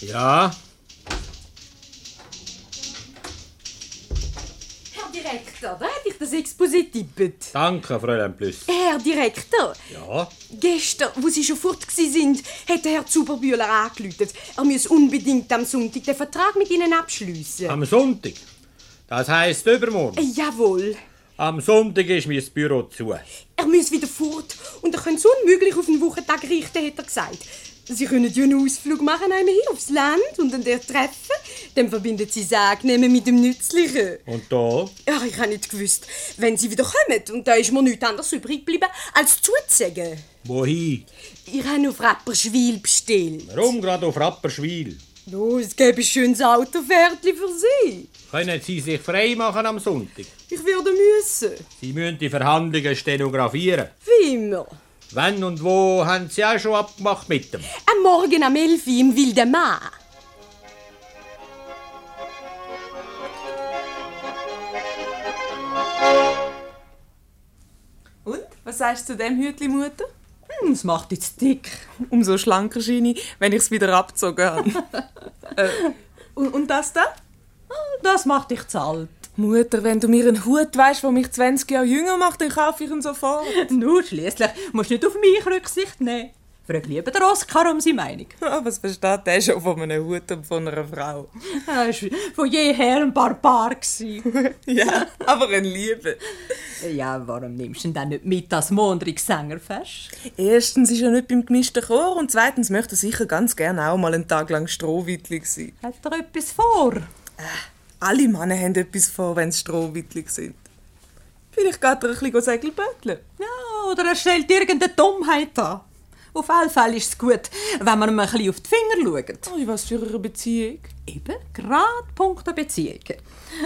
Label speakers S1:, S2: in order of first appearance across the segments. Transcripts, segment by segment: S1: Ja,
S2: Herr Direktor, da hätte ich das Exposé tippt.
S1: danke, Fräulein Plüss.
S2: Herr Direktor,
S1: Ja,
S2: gestern, wo Sie schon fort gsi sind, hat der Herr Zuberbühler angelütet. Er müsse unbedingt am Sonntag den Vertrag mit Ihnen abschliessen.
S1: am Sonntag. Das heisst übermorgen.
S2: Äh, Jawohl.
S1: Am Sonntag ist mein Büro zu.
S2: Er müsse wieder fort und er könne es unmöglich auf einen Wochentag richten, hat er gesagt. Sie können ja einen Ausflug machen einmal hier aufs Land und dann dort treffen. Dann verbinden Sie das Angenehme mit dem Nützlichen.
S1: Und da?
S2: Ach, ich habe nicht gewusst, wenn Sie wieder kommen. Und da ist mir nichts anderes übrig geblieben, als zuzusagen.
S1: Wohin?
S2: Ich habe auf Rapperschwil bestellt.
S1: Warum um, gerade auf Rapperschwil?
S2: Ja, es gäbe ein schönes Autofährtchen für Sie.
S1: Können Sie sich frei machen am Sonntag?
S2: Ich würde müssen.
S1: Sie müssen die Verhandlungen stenografieren.
S2: Wie immer.
S1: Wann und wo haben Sie auch schon abgemacht mit dem?
S2: Am Morgen am 11 Uhr im Wilden Mann.
S3: Und? Was sagst du zu dem Hütli, Mutter?
S4: Hm, Es macht jetzt dick. Umso schlanker scheine ich, wenn ich es wieder abgezogen habe. Äh. Ah,
S3: Und, und das da?
S4: Das macht dich zu alt. Mutter, wenn du mir einen Hut weißt, der mich 20 Jahre jünger macht, dann kaufe ich ihn sofort.
S3: Nur schließlich musst du nicht auf mich Rücksicht nehmen. Frag lieber den Oskar um seine Meinung.
S4: Ah, Was versteht der schon von einem Hut und von einer Frau?
S3: Er war von jeher ein Barbar. gewesen.
S4: Ja, aber ein Liebe.
S3: ja, warum nimmst du ihn dann nicht mit als Mondrig Sängerfest?
S4: Erstens ist er nicht beim gemischten Chor und zweitens möchte er sicher ganz gerne auch mal einen Tag lang Strohwittlig sein. Äh,
S3: Hat er etwas vor?
S4: Alle Männer haben etwas vor, wenn sie Strohwittlig sind. Vielleicht geht er ein bisschen Segelbötteln.
S3: Ja, oder er stellt irgendeine Dummheit an. Auf alle Fälle ist es gut, wenn man ihm ein bisschen auf die Finger schaut.
S4: Oh, in was für einer Beziehung?
S3: Eben, gerade Punkt der Beziehungen.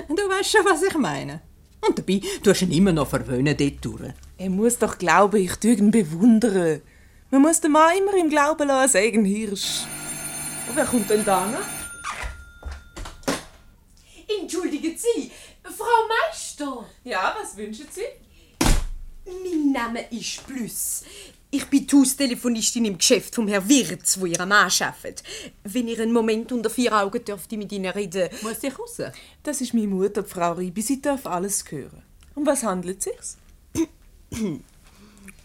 S3: Du weißt schon, was ich meine. Und dabei tust du ihn immer noch verwöhnen dort durch.
S4: Er muss doch glauben, ich tue ihn bewundern. Man muss den Mann immer im Glauben lassen, er sei ein Hirsch. Und wer kommt denn da noch?
S2: Entschuldigen Sie, Frau Meister.
S4: Ja, was wünschen Sie?
S2: Mein Name ist Plüss. Ich bin die Haustelefonistin im Geschäft vom Herrn Wirz, wo ihr am Mann arbeitet. Wenn ihr einen Moment unter vier Augen dürfte ich mit Ihnen reden.
S3: Muss ich raus?
S4: Das ist meine Mutter, die Frau Ribi. Sie darf alles hören. Um was handelt es sich?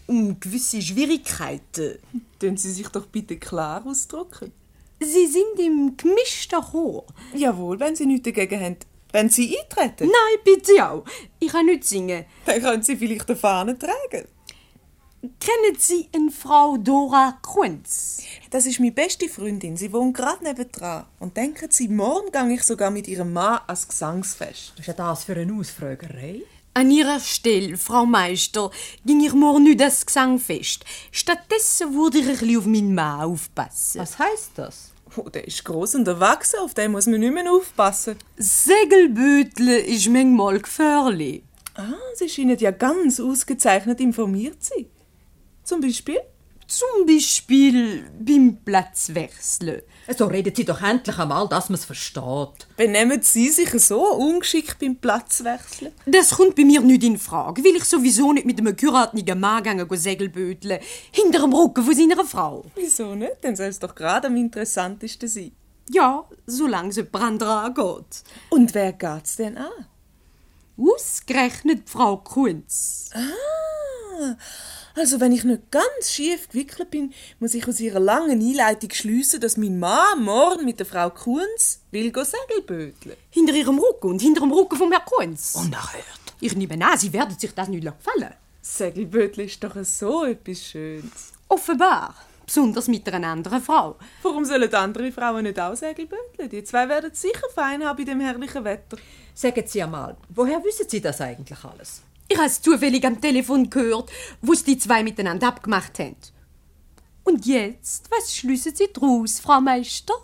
S2: Um gewisse Schwierigkeiten.
S4: Tun Sie sich doch bitte klar ausdrücken.
S2: Sie sind im gemischten Chor.
S4: Jawohl, wenn Sie nichts dagegen haben. Wenn Sie eintreten,
S2: Nein, bitte auch. Ich kann nicht singen.
S4: dann können Sie vielleicht eine Fahne tragen.
S2: Kennen Sie eine Frau Dora Kunz?
S4: Das ist meine beste Freundin. Sie wohnt gerade nebendran. Und denken Sie, morgen gehe ich sogar mit ihrem Mann ans Gesangsfest.
S3: Was ist ja das für eine Ausfragerei?
S2: An Ihrer Stelle, Frau Meister, ging ich morgen nicht das Gesangfest. Stattdessen würde ich ein bisschen auf meinen Mann aufpassen.
S3: Was heißt das?
S4: Oh, der ist groß und erwachsen. Auf den muss man nicht mehr aufpassen.
S2: Segelbötle ist manchmal gefährlich.
S4: Ah, Sie scheinen ja ganz ausgezeichnet informiert zu sein. Zum Beispiel?
S2: Zum Beispiel beim Platzwechseln.
S3: So redet sie doch endlich einmal, dass man es versteht.
S4: Benehmen Sie sich so ungeschickt beim Platzwechseln?
S2: Das kommt bei mir nicht in Frage, weil ich sowieso nicht mit einem geratenigen Mann gehen go segelböteln hinter dem Rücken von seiner Frau.
S4: Wieso nicht? Dann soll es doch gerade am interessantesten sein.
S2: Ja, solange es jemand dran geht.
S4: Und wer geht's denn an?
S2: Ausgerechnet Frau Kunz.
S4: Ah, also wenn ich nicht ganz schief gewickelt bin, muss ich aus Ihrer langen Einleitung schliessen, dass mein Mann morgen mit der Frau Kunz will go segelböteln.
S2: Hinter ihrem Rücken und hinter dem Rücken von Herr Kunz.
S3: Und er hört.
S2: Ich nehme an, Sie werden sich das nicht gefallen.
S4: Segelböteln ist doch so etwas Schönes.
S2: Offenbar. Besonders mit einer anderen Frau.
S4: Warum sollen andere Frauen nicht auch segelböteln? Die zwei werden es sicher fein haben bei dem herrlichen Wetter.
S3: Sagen Sie einmal, woher wissen Sie das eigentlich alles?
S2: Ich habe es zufällig am Telefon gehört, wo es die zwei miteinander abgemacht haben. Und jetzt, was schliessen Sie daraus, Frau Meister?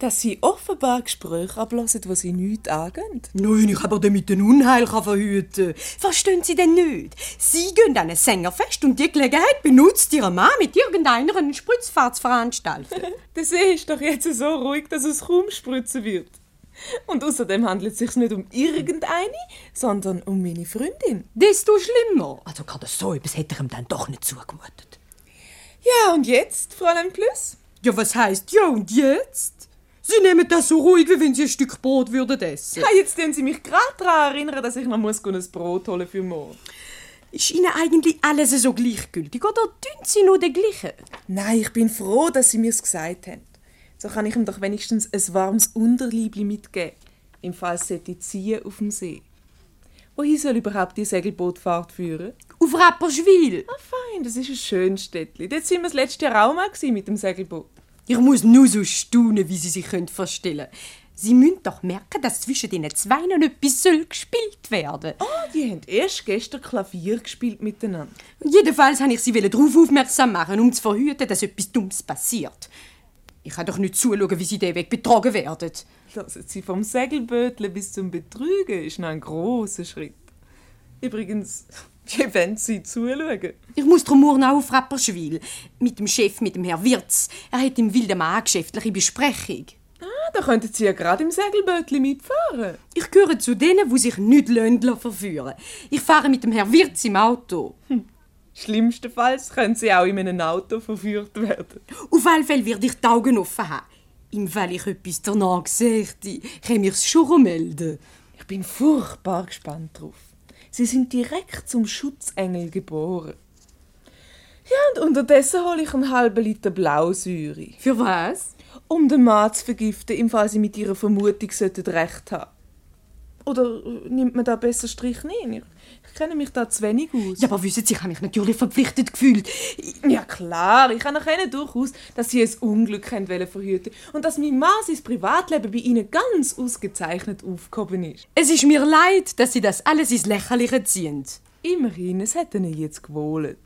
S4: Dass sie offenbar Gespräche ablassen, wo sie nichts angehen.
S2: Nein, ich habe damit den Unheil verhüten. Verstehen Sie denn nicht? Sie gehen an ein Sängerfest und die Gelegenheit benutzt Ihre Mann mit irgendeiner eine Spritzfahrt zu veranstalten.
S4: Der See ist doch jetzt so ruhig, dass es kaum spritzen wird. Und außerdem handelt es sich nicht um irgendeine, sondern um meine Freundin.
S2: Desto schlimmer.
S3: Also gerade so etwas hätte ich ihm dann doch nicht zugemutet.
S4: Ja, und jetzt, Fräulein Plus?
S2: Ja, was heißt ja und jetzt? Sie nehmen das so ruhig, wie wenn Sie ein Stück Brot würden essen.
S4: Ah, jetzt tun Sie mich gerade daran erinnern, dass ich noch muss ein Brot holen für morgen.
S2: Ist Ihnen eigentlich alles so gleichgültig oder tun Sie nur den gleichen?
S4: Nein, ich bin froh, dass Sie mir es gesagt haben. So kann ich ihm doch wenigstens ein warmes Unterliebli mitgeben, im Fall es sollte ziehen auf dem See. Wohin soll überhaupt die Segelbootfahrt führen?
S2: Auf Rapperswil.
S4: Ah, fein, das ist ein schönes Städtchen. Dort sind wir das letzte Jahr auch mal gewesen mit dem Segelboot.
S2: Ich muss nur so staunen, wie Sie sich können verstellen Sie müssen doch merken, dass zwischen diesen Zweien etwas soll gespielt werden
S4: Ah, die haben erst gestern Klavier gespielt miteinander.
S2: Jedenfalls wollte ich Sie darauf aufmerksam machen, um zu verhüten, dass etwas Dummes passiert. Ich kann doch nicht zuschauen, wie Sie diesen Weg betrogen werden.
S4: Lassen Sie vom Segelböteln bis zum Betrügen ist noch ein großer Schritt. Übrigens, wie wollen Sie zuschauen?
S2: Ich muss drum morgen auch auf Rapperschwil. Mit dem Chef, mit dem Herr Wirz. Er hat im wilden Mann eine geschäftliche Besprechung.
S4: Ah, da könnten Sie ja gerade im Segelbötli mitfahren.
S2: Ich gehöre zu denen, die sich nicht lassen lassen verführen Ich fahre mit dem Herr Wirz im Auto.
S4: Hm. Schlimmstenfalls können Sie auch in einem Auto verführt werden.
S2: Auf alle Fälle werde ich die Augen offen haben. Im Fall ich etwas danach sehe, kann ich es schon melden.
S4: Ich bin furchtbar gespannt drauf. Sie sind direkt zum Schutzengel geboren. Ja, und unterdessen hole ich einen halben Liter Blausäure,
S2: Für was?
S4: um den Mann zu vergiften, im Fall Sie mit Ihrer Vermutung sollten recht haben. Oder äh, nimmt man da besser Strich nein? Ich, ich kenne mich da zu wenig aus.
S2: Ja, aber wissen Sie, ich habe mich natürlich verpflichtet gefühlt. Ich-
S4: Ja klar, ich erkenne durchaus, dass sie ein Unglück haben wollen verhüten und dass mein Mann sein Privatleben bei ihnen ganz ausgezeichnet aufgehoben ist.
S2: Es ist mir leid, dass Sie das alles ins Lächerliche ziehen.
S4: Immerhin, es hat ihnen jetzt gewohlt.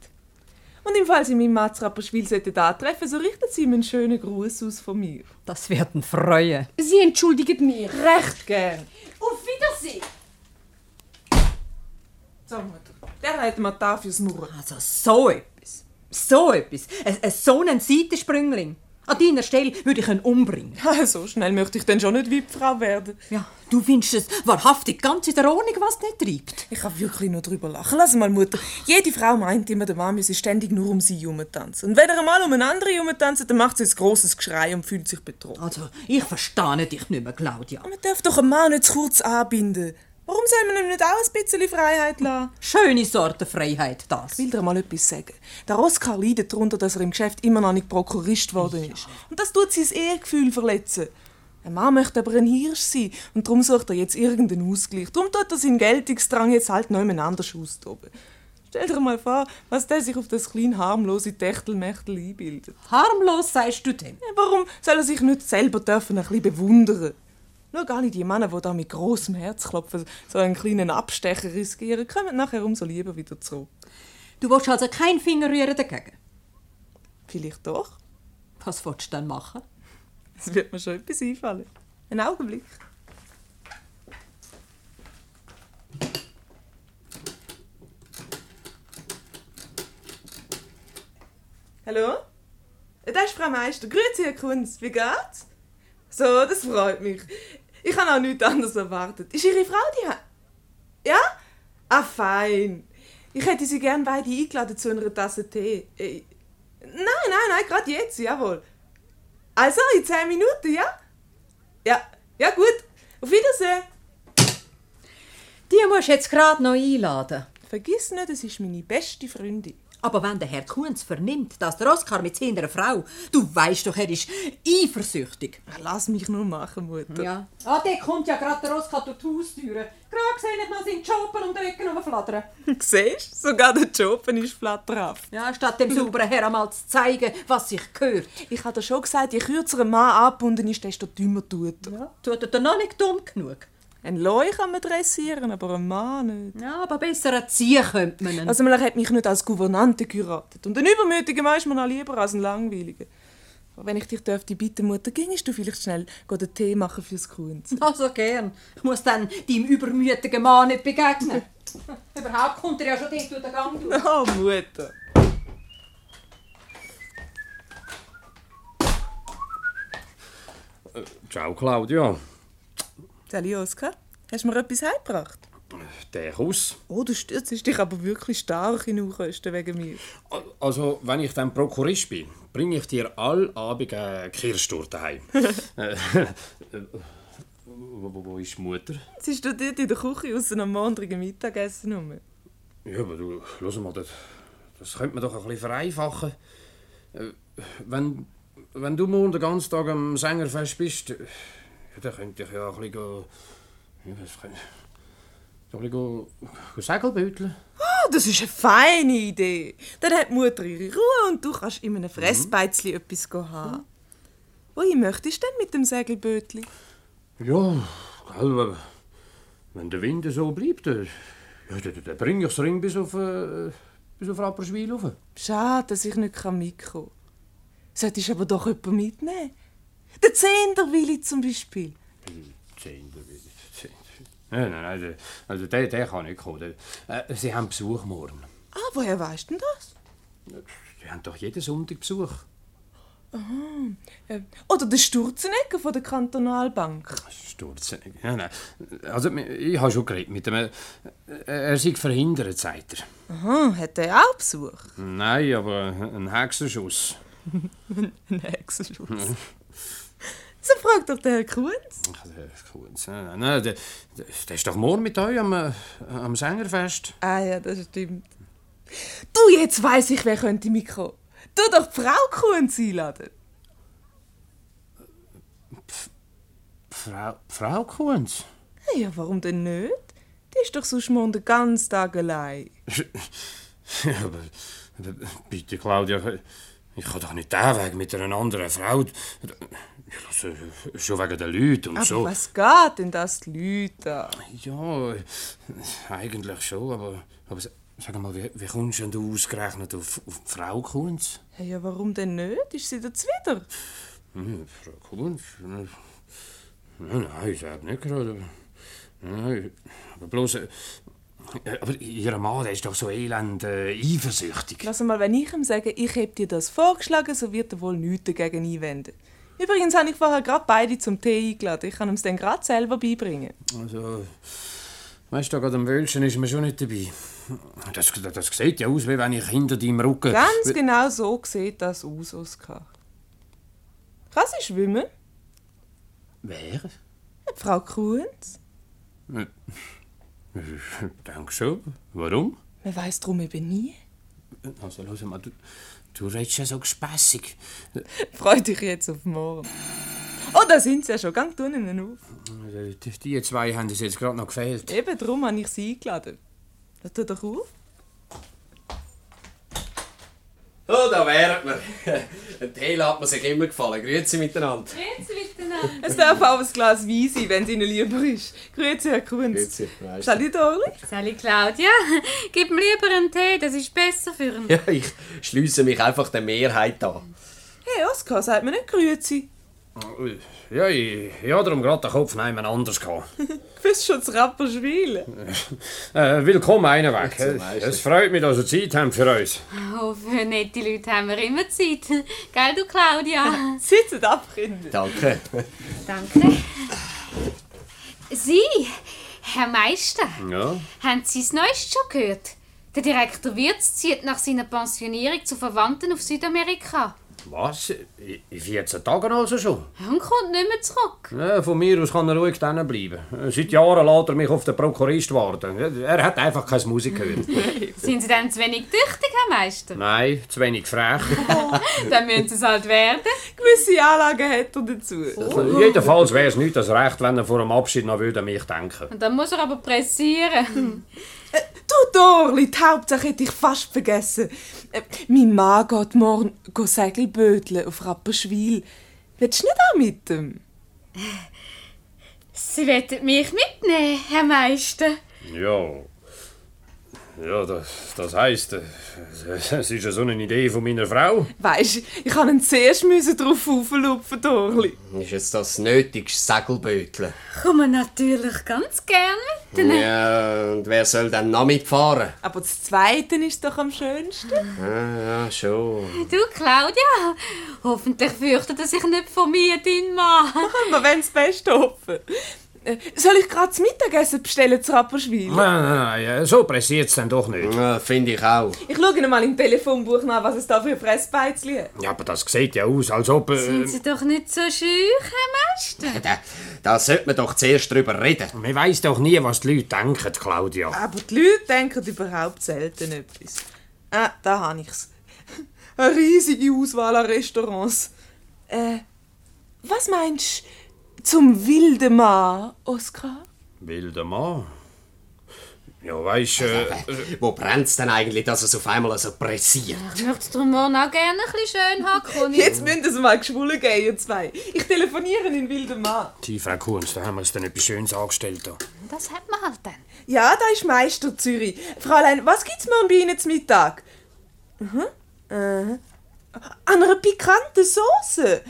S4: Und im Fall sie meinen Mann zu Rapperschwil sollten antreffen, so richten sie ihm einen schönen Gruß aus von mir.
S3: Das werden freuen.
S2: Sie entschuldigen mich.
S4: Recht gern.
S2: Auf Wiedersehen.
S4: So, Mutter, der hat mir da fürs Murren.
S3: Also so etwas. So etwas. Ein, ein, so ein Seitensprüngling. An deiner Stelle würde ich ihn umbringen.
S4: So schnell möchte ich dann schon nicht Weibfrau werden.
S3: Ja, du findest es wahrhaftig ganz in der Ordnung, was nicht treibt.
S4: Ich kann wirklich nur drüber lachen. Lass mal, Mutter. Jede Frau meint immer, der Mann müsse ständig nur um sie herumtanzen. Und wenn er mal um einen anderen herumtanzt, dann macht sie ein grosses Geschrei und fühlt sich betroffen.
S3: Also, ich verstehe dich nicht mehr, Claudia.
S4: Man darf doch einen Mann nicht zu kurz anbinden. Warum soll man ihm nicht auch ein bisschen Freiheit lassen?
S3: Schöne Sorte Freiheit, das.
S4: Ich will dir mal etwas sagen. Der Oskar leidet darunter, dass er im Geschäft immer noch nicht Prokurist geworden ist. Und das tut sein Ehrgefühl verletzen. Ein Mann möchte aber ein Hirsch sein und darum sucht er jetzt irgendeinen Ausgleich. Darum tut er seinen Geltungsdrang jetzt halt noch jemand anders austoben. Stell dir mal vor, was der sich auf das kleine harmlose Techtelmechtel einbildet.
S3: Harmlos sagst du denn?
S4: Ja, warum soll er sich nicht selber dürfen ein bisschen bewundern? Schau, alle die Männer, die da mit grossem Herzklopfen so einen kleinen Abstecher riskieren, kommen nachher umso lieber wieder zurück.
S3: Du willst also keinen Finger rühren dagegen.
S4: Vielleicht doch.
S3: Was willst du denn machen?
S4: Es wird mir schon etwas einfallen. Ein Augenblick. Hallo? Das ist Frau Meister. Grüezi, Herr Kunz. Wie geht's? So, das freut mich. Ich habe auch nichts anderes erwartet. Ist Ihre Frau die? Ja? Ah, fein. Ich hätte Sie gern beide eingeladen zu einer Tasse Tee. Äh, Nein, nein, nein, gerade jetzt, jawohl. Also, in 10 Minuten, ja? Ja, ja gut. Auf Wiedersehen.
S3: Die musst du jetzt gerade noch einladen.
S4: Vergiss nicht, es ist meine beste Freundin.
S3: Aber wenn der Herr Kunz vernimmt, dass der Oskar mit seiner Frau, du weißt doch, er ist eifersüchtig.
S4: Lass mich nur machen, Mutter.
S3: Ja. Ah, der kommt ja gerade der Oskar durch die Haustüre. Gerade gesehen hat noch seinen Chopper und den Ecken flattern.
S4: Siehst du, sogar der Jopen ist flatterhaft.
S3: Ja, statt dem sauberen Herr einmal zu zeigen, was sich gehört.
S4: Ich habe dir schon gesagt, je kürzer ein Mann angebunden ist, desto dümmer tut er.
S3: Ja. Tut er dir noch nicht dumm genug.
S4: Ein Leu kann man dressieren, aber ein Mann nicht.
S3: Ja, aber besser erziehen könnte man ihn.
S4: Also, man hat mich nicht als Gouvernante geheiratet. Und einen übermütigen Mann ist mir noch lieber als einen langweiligen. Aber wenn ich dich dürfte bitten, Mutter, gingest du vielleicht schnell den Tee machen fürs Kunz?
S3: Also gern. Ich muss dann deinem übermütigen Mann nicht begegnen. Überhaupt kommt er ja schon dort durch den Gang durch.
S4: Oh, Mutter.
S1: Ciao, Claudia.
S5: Eh,
S4: Sali Oskar, hast du mir etwas heimgebracht?
S5: Der Kuss.
S4: Oh, du stürzt dich aber wirklich stark in Unkosten wegen mir.
S5: Also, wenn ich dann Prokurist bin, bringe ich dir all Abend eine Kirschtorte heim. äh, wo, wo- wo ist die Mutter?
S4: Sie studiert in der Küche aus einem morgendlichen Mittagessen rum.
S5: Ja, aber du, hör mal, das, das könnte man doch ein bisschen vereinfachen. Äh, Wenn, wenn du morgen den ganzen Tag am Sängerfest bist, äh, ja, dann könnte ich ja ein bisschen... go- Ja, was könnte... Ein bisschen go- go Segelbüteln.
S4: Ah, das ist eine feine Idee. Dann hat die Mutter ihre Ruhe und du kannst in einem Fressbeizli etwas go haben. Wohin möchtest du denn mit dem Segelbötli?
S5: Ja, gell, aber wenn der Wind so bleibt, äh, ja, dann, dann bringe ich das Ring bis auf, äh, bis auf Rapperswil rauf.
S4: Schade, dass ich nicht mitkommen kann. Solltest aber doch jemanden mitnehmen. Der Zehnderwilli zum Beispiel.
S5: Zehn, Nein, nein, nein, der- also der, der kann nicht kommen. Der, äh, sie haben Besuch morgen.
S4: Ah, woher weißt du denn das?
S5: Sie haben doch jeden Sonntag Besuch.
S4: Äh, Oder der Sturzenegger von der Kantonalbank.
S5: Sturzen. Nein, nein. Also, ich habe schon geredet mit dem. äh, Er sei verhindert, sagt er.
S4: Aha, hat er auch Besuch?
S5: Nein, aber ein Hexenschuss.
S4: Ein Hexenschuss.
S5: Mhm.
S4: so fragt doch der Herr Kunz.
S5: Ach, der ist gut. Nein, nein, nein, der, der der ist doch morgen mit euch am, äh, am Sängerfest.
S4: Ah ja, das stimmt. Du, jetzt weiss ich, wer könnte mitkommen. Du doch die Frau Kunz einladen.
S5: Frau, Frau Kunz?
S4: Na Ja, warum denn nicht? Die ist doch sonst morgen den ganzen Tag allein.
S5: Ja, aber, aber bitte, Claudia, ich kann doch nicht den Weg mit einer anderen Frau. Ich lasse, schon wegen den Leuten und
S4: Aber
S5: so.
S4: Ah, was geht denn das die Leute an?
S5: Ja, äh, eigentlich schon, aber, aber s- sag mal, wie, wie kommst denn du ausgerechnet auf, auf die Frau Kunz?
S4: Ja, Ja, warum denn nicht? Ist sie dazwider?
S5: Hm, Frau Kunz? Nein, nein, ich sag nicht gerade. Nein, aber bloß... äh, äh, Aber ihr Mann, der ist doch so elend äh, eifersüchtig.
S4: Lass mal, wenn ich ihm sage, ich habe dir das vorgeschlagen, so wird er wohl nichts dagegen einwenden. Übrigens habe ich vorher gerade beide zum Tee eingeladen. Ich kann ihm es dann gerade selber beibringen.
S5: Also, weißt du, gerade am Wölschen ist man schon nicht dabei. Das, das, das sieht ja aus, wie wenn ich hinter deinem Rücken...
S4: Ganz genau so sieht das aus, Oskar. Kann sie schwimmen?
S5: Wer?
S4: Frau Kunz?
S5: Danke schon. Warum?
S4: Man weiß drum eben nie.
S5: Also, hör mal, du, du redest ja so gespässig.
S4: Freu dich jetzt auf morgen. Oh, da sind sie ja schon. Gang tun ihnen auf.
S5: Äh, Die, die zwei haben es jetzt gerade noch gefehlt.
S4: Eben drum habe ich sie eingeladen. Na, tu doch auf.
S6: Oh, da wären wir. Ein Tee hat mir sich immer gefallen. Grüezi miteinander.
S7: Genau.
S4: Es darf auch ein Glas Wein sein, wenn es ihnen lieber ist. Grüezi, Herr Kunz.
S6: Grüezi, Meister.
S4: Salut, Orli.
S7: Sally Claudia, gib mir lieber einen Tee, das ist besser für ihn.
S6: Ja, ich schließe mich einfach der Mehrheit an.
S4: Hey, Oskar, sagt mir nicht Grüezi.
S5: Ja, ich, ich habe darum gerade den Kopf nehmen anders gehabt.
S4: Du bist schon zu Rapperschwil.
S5: Äh, willkommen einen weg.
S6: Grüezi,
S5: Es,
S6: Meister.
S5: es freut mich, dass ihr Zeit habt für uns.
S7: Oh, für nette Leute haben wir immer Zeit. Gell, du Claudia?
S4: Sitzen ab, Kinder.
S6: Danke.
S7: Danke. Sie, Herr Meister,
S5: Ja,
S7: haben Sie das Neueste schon gehört? Der Direktor Wirz zieht nach seiner Pensionierung zu Verwandten auf Südamerika.
S5: was? In in 14 Tagen also schon?
S7: Und kommt nicht mehr zurück.
S5: Ja, von mir aus kann er ruhig drinnen bleiben. Äh, Seit Jahren lässt er mich auf den Prokurist warten. Ja, Eh, Er hat einfach keine Musik gehört.
S7: Sind Sie denn zu wenig tüchtig, Herr Meister?
S5: Nein, zu wenig frech.
S7: Dann müssen Sie es halt werden. Oh.
S4: Gewisse Anlagen hat er dazu.
S5: Also, Jedenfalls wäre es nicht das Recht, wenn nou er vor dem Abschied noch würde an mich denken
S7: Und dann muss er aber pressieren.
S4: Äh, Du, Dorli, die Hauptsache hätte ich fast vergessen. Äh, mein Mann geht morgen go Segelbödeln auf Rapperschwil. Willst du nicht auch mit dem?
S7: Sie wollen mich mitnehmen, Herr Meister.
S5: Ja. Ja, das, das heisst, äh, es ist ja so eine Idee von meiner Frau.
S4: Weisst, ich habe ihn zuerst müssen drauf auflupfen, Dorli.
S6: Ist jetzt das nötigste Segelbötle?
S7: Komme natürlich ganz gern mit.
S6: Ja, und wer soll dann noch mitfahren? Ah,
S4: Aber das Zweite ist doch am schönsten.
S6: Ja, ja, schon.
S7: Du, Claudia, hoffentlich fürchtet er sich nicht vor mir, dein Mann.
S4: Wir wollen das Beste hoffen. Äh, Soll ich gerade das Mittagessen bestellen zu Rapperschwil?
S5: Nein, nein, nein, so pressiert es dann doch nicht.
S6: Ja, Finde ich auch.
S4: Ich schaue ihnen mal im Telefonbuch nach, was es da für Fressbeizli hat.
S5: Ja, aber das sieht ja aus, als ob... Äh,
S7: Sind Sie doch nicht so schüch, Herr Meister?
S6: Da, da sollte man doch zuerst drüber reden.
S5: man weiss doch nie, was die Leute denken, Claudia.
S4: Aber die Leute denken überhaupt selten etwas. Ah, da habe ich's. Eine riesige Auswahl an Restaurants. Äh, was meinst du zum wilden Mann, Oskar?
S5: Wilder Mann. Ja, weisst du... Äh,
S6: Also, Wo brennt es denn eigentlich, dass es auf einmal so pressiert?
S7: Ich würde darum morgen auch gerne ein bisschen schön haben, Conny.
S4: Jetzt müssen sie mal geschwulen gehen, ihr zwei. Ich telefoniere in wilden Mann.
S5: die Frau Kunz, da haben wir uns dann etwas Schönes angestellt. Da.
S7: Das hat man halt dann.
S4: Ja, da ist Meister Zürich. Fräulein, was gibt's morgen bei Ihnen zum Mittag? Mhm. Äh. An einer pikanten Soße.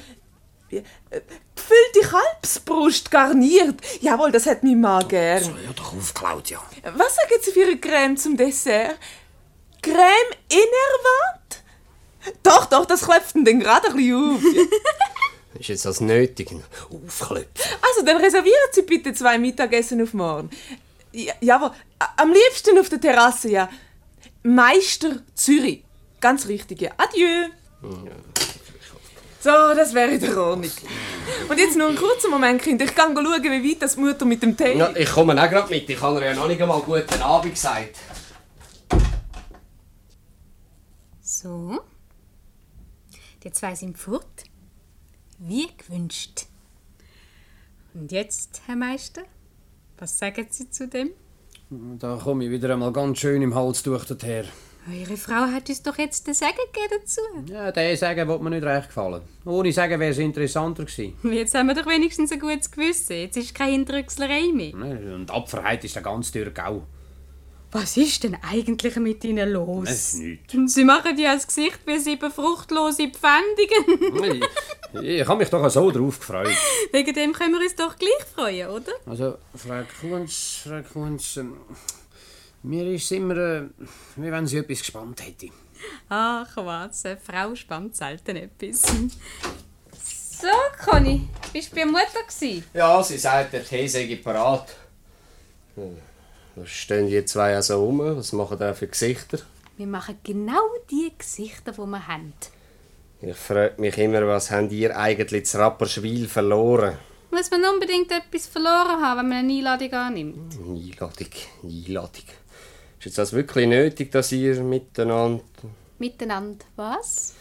S4: Ja, äh, Gefüllte Kalbsbrust garniert. Jawohl, das hat mein Mann gern.
S5: Hör doch auf, Claudia.
S4: Was sagen Sie für eine Creme zum Dessert? Creme innervat? Doch, doch, das klopft ihn dann gerade ein bisschen auf.
S6: Ist jetzt das nötig? Aufklöpfen.
S4: Also, dann reservieren Sie bitte zwei Mittagessen auf morgen. Ja, jawohl, a- am liebsten auf der Terrasse, ja. Meister Zürich. Ganz richtig, ja. Adieu. So, das wäre in der Ordnung. Und jetzt nur einen kurzen Moment, Kinder. Ich kann schauen, wie weit das die Mutter mit dem Tee
S6: Ja, ich komme auch gerade mit. Ich habe ihr ja noch nicht einmal guten Abend gesagt.
S7: So. Die zwei sind fort. Wie gewünscht. Und jetzt, Herr Meister, was sagen Sie zu dem?
S5: Da komme ich wieder einmal ganz schön im Hals durch den Teer.
S7: Eure Frau hat uns doch jetzt den Segen gegeben dazu.
S5: Ja, der Sagen wird mir nicht recht gefallen. Ohne Sagen wäre es interessanter gewesen.
S7: Jetzt haben wir doch wenigstens ein gutes Gewissen. Jetzt ist keine Hinterrückslerei mehr.
S5: Ne, Und Opferheit ist der ganze Türk auch.
S7: Was ist denn eigentlich mit ihnen los?
S5: Das ist nichts.
S7: Sie machen ja das Gesicht wie sieben fruchtlose Pfändigen.
S5: Ich, ich habe mich doch auch so drauf gefreut.
S7: Wegen dem können wir uns doch gleich freuen, oder?
S5: Also, Frau Kunz, Frau Kunz, ähm, mir ist immer, äh, wie wenn sie etwas gespannt hätte.
S7: Ach was, eine Frau spannt selten etwas. So, Conny, bist du bei der Mutter gewesen?
S6: Ja, sie sagt, der Tee sei parat. Hm. Da stehen die zwei auch so rum. Was machen die für Gesichter?
S7: Wir machen genau die Gesichter, die wir haben.
S6: Ich frage mich immer, was habt ihr eigentlich zu Rapperschwil verloren?
S7: Muss man unbedingt etwas verloren haben, wenn man eine Einladung annimmt?
S6: Einladung, Einladung. Ist jetzt das wirklich nötig, dass ihr miteinander...
S7: Hm. Miteinander, was?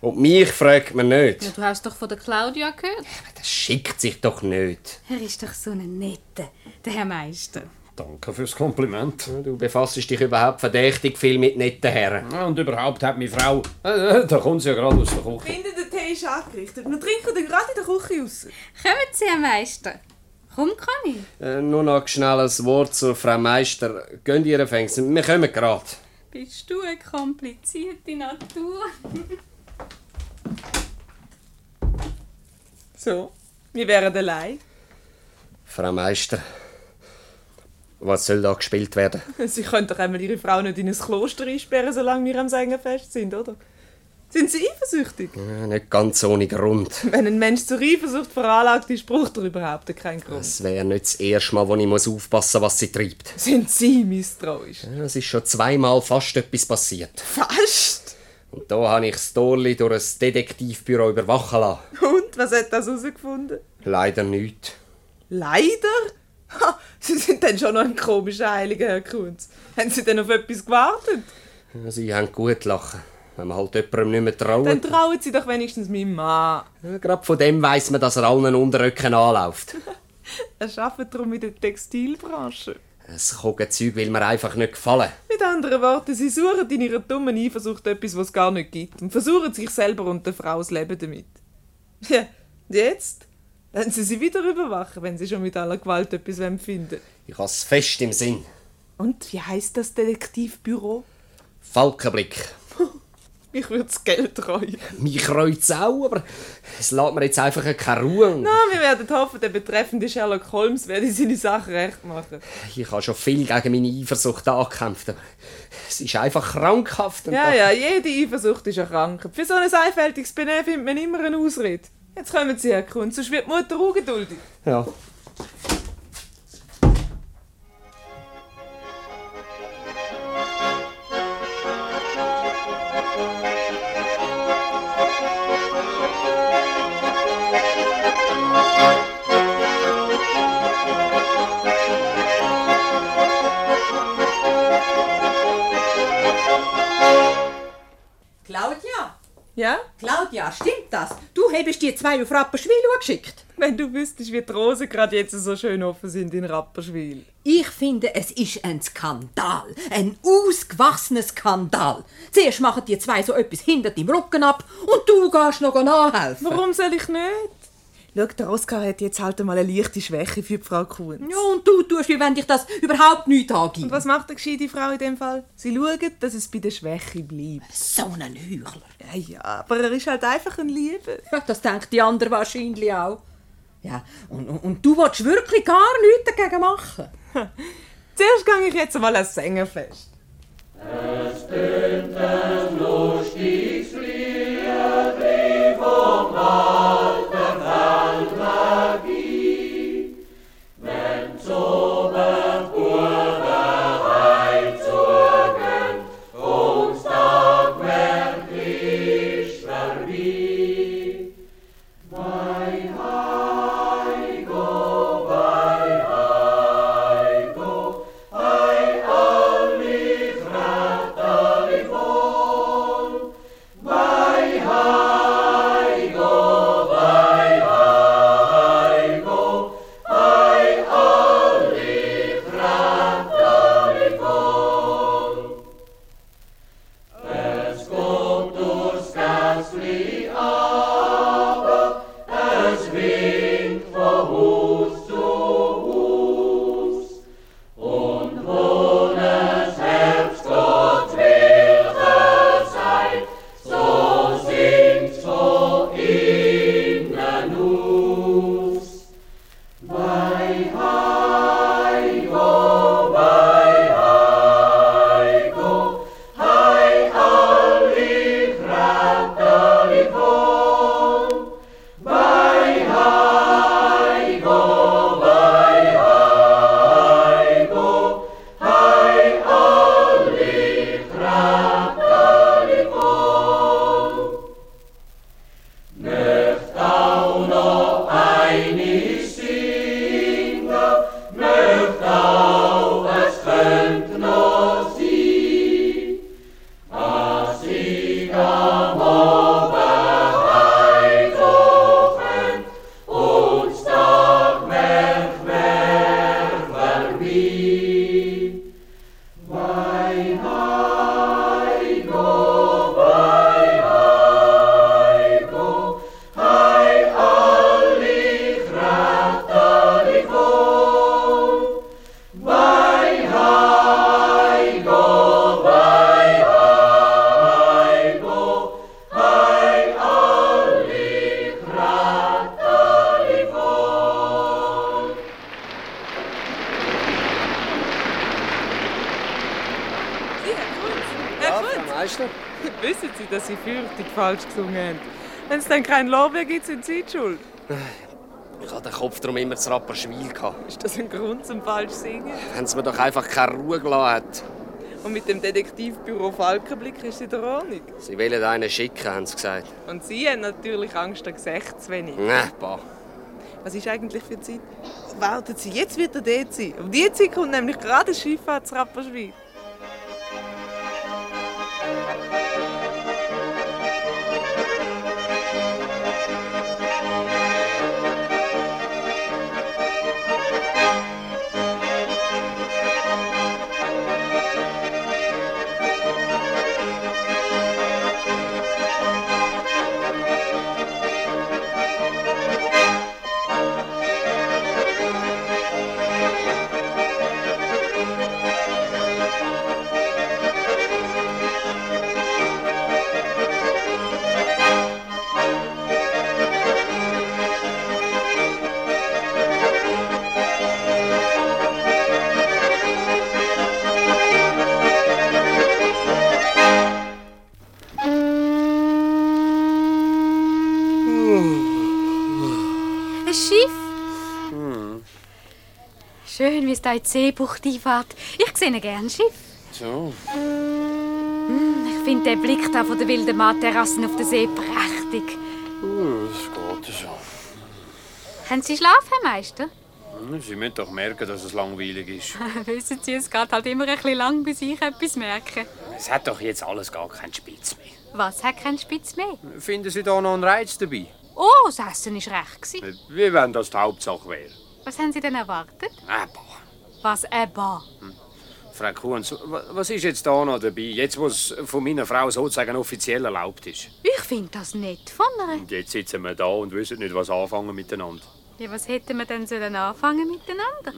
S6: Und mich fragt man nicht.
S7: Du hast doch von der Claudia gehört.
S6: Das schickt sich doch nicht.
S7: Er ist doch so ein netter, der Herr Meister.
S5: Danke fürs Kompliment.
S6: Du befasst dich überhaupt verdächtig viel mit netten Herren.
S5: Ja, Und überhaupt hat meine Frau, äh, äh, da kommt sie ja gerade aus der Küche.
S4: Kinder, der Tee ist angerichtet. Wir trinken den gerade in der Küche raus.
S7: Kommen Sie, Herr Meister. Komm, Conny.
S6: Äh, nur noch schnell ein Wort zur Frau Meister. Gönnt ihr Fängs. Wir kommen gerade.
S7: Bist du eine komplizierte Natur?
S4: So, wir wären allein.
S6: Frau Meister, was soll da gespielt werden?
S4: Sie können doch einmal ihre Frau nicht in ein Kloster einsperren, solange wir am Sängerfest sind, oder? Sind sie eifersüchtig?
S6: Äh, Nicht ganz ohne Grund.
S4: Wenn ein Mensch zur Eifersucht veranlagt ist, braucht er überhaupt keinen Grund.
S6: Es wäre nicht das erste Mal, wo ich muss aufpassen muss, was sie treibt.
S4: Sind sie misstrauisch?
S6: Ja, Es ist schon zweimal fast etwas passiert.
S4: Fast!
S6: Und da habe ich das Dorli durch ein Detektivbüro überwachen lassen.
S4: Und, was hat das herausgefunden?
S6: Leider nichts.
S4: Leider? Ha, sie sind dann schon noch ein komischer Heiliger, Herr Kunz. Haben sie denn auf etwas gewartet?
S6: Ja, Sie haben gut lachen. Wenn man halt jemandem nicht mehr
S4: Dann
S6: traut.
S4: trauen sie doch wenigstens meinem Mann.
S6: Ja, Gerade von dem weiss man, dass er allen Unterrücken anläuft.
S4: Er arbeitet darum in der Textilbranche.
S6: Es kommt Zeug, weil mir einfach nicht gefallen.
S4: Mit anderen Worten, sie suchen in ihrer dummen Eifersucht etwas, was es gar nicht gibt und versuchen sich selber und der Frau das Leben damit. Ja, und jetzt? Wenn sie sie wieder überwachen, wenn sie schon mit aller Gewalt etwas wollen finden
S6: Ich habe es fest im Sinn.
S4: Und wie heißt das Detektivbüro?
S6: Falkenblick.
S4: Ich würde das Geld reuen.
S6: Mich reut es auch, aber es lässt mir jetzt einfach keine Ruhe.
S4: Na, wir werden hoffen, der betreffende Sherlock Holmes werde seine Sache recht machen.
S6: Ich habe schon viel gegen meine Eifersucht angekämpft. aber Es ist einfach krankhaft. und
S4: Ja,
S6: da-
S4: ja, jede Eifersucht ist eine Krankheit. Für so ein einfältiges Benehmen findet man immer eine Ausrede. Jetzt kommen sie, Herr Kunz, sonst wird die Mutter ungeduldig.
S6: ja.
S3: Claudia?
S8: Ja?
S3: Claudia, stimmt das? Du hebst die zwei auf Rapperschwil geschickt.
S8: Wenn du wüsstest, wie die Rosen gerade jetzt so schön offen sind in Rapperschwil.
S3: Ich finde, es ist ein Skandal. Ein ausgewachsener Skandal. Zuerst machen die zwei so etwas hinter deinem Rücken ab und du gehst noch nachhelfen.
S8: Warum soll ich nicht? Schau, der Oskar hat jetzt halt einmal eine leichte Schwäche für die Frau Kuhn.
S3: Ja, und du tust, wie wenn dich das überhaupt nicht angeht.
S8: Und was macht eine gescheite Frau in dem Fall? Sie schaut, dass es bei der Schwäche bleibt.
S3: So ein Heuchler.
S8: Ja, ja, aber er ist halt einfach ein Lieber.
S3: Ja, das denkt die andere wahrscheinlich auch. Ja, und, und, und du willst wirklich gar nichts dagegen machen.
S8: Zuerst gehe ich jetzt mal ans Sängerfest. Sie, Herr
S6: Ja,
S8: Kunz,
S6: Frau Meister?
S8: Herr Kunz. Wissen Sie, dass Sie fürchtig falsch gesungen haben? Wenn es dann kein Lorbeer gibt, sind Sie die schuld.
S6: Ich hatte den Kopf darum immer zu Rapperschwil. gehabt.
S8: Ist das ein Grund zum falsch singen?
S6: Wenn es mir doch einfach keine Ruhe gelassen hat.
S8: Und mit dem Detektivbüro Falkenblick ist sie der Ordnung.
S6: Sie wollen einen schicken, haben sie gesagt.
S8: Und Sie haben natürlich Angst an Gesicht zu wenig.
S6: Nein, bah.
S8: Was ist eigentlich für Zeit? Warten Sie, jetzt wird er dort sein. Um diese Zeit kommt nämlich gerade ein Schifffahrt zu Rapperschwein.
S5: Hm,
S7: Ein Schiff?
S9: Schön, wie es da in die Seebucht einfährt. Ich sehe ihn gerne Schiff.
S5: So.
S9: Hm, Ich finde den Blick da von der wilden Maatterrassen auf den See prächtig.
S5: Hm, Das geht schon.
S9: Können Sie schlafen, Herr Meister?
S5: Hm, Sie müssen doch merken, dass es langweilig ist.
S7: Wissen Sie, es geht halt immer ein bisschen lang, bis ich etwas merke.
S5: Es hat doch jetzt alles gar keinen Spitz mehr.
S9: Was, hat kein Spitz mehr?
S5: Finden Sie da noch einen Reiz dabei?
S9: Oh, das Essen war recht. gewesen.
S5: Wie wenn das die Hauptsache wäre.
S9: Was haben Sie denn erwartet?
S5: Aber,
S9: Was, eben?
S5: Frau Kunz, wa- was ist jetzt da noch dabei, jetzt wo es von meiner Frau sozusagen offiziell erlaubt ist?
S9: Ich finde das nett von ihr.
S5: Und jetzt sitzen wir da und wissen nicht, was anfangen miteinander.
S7: Ja, was hätten wir denn sollen anfangen miteinander?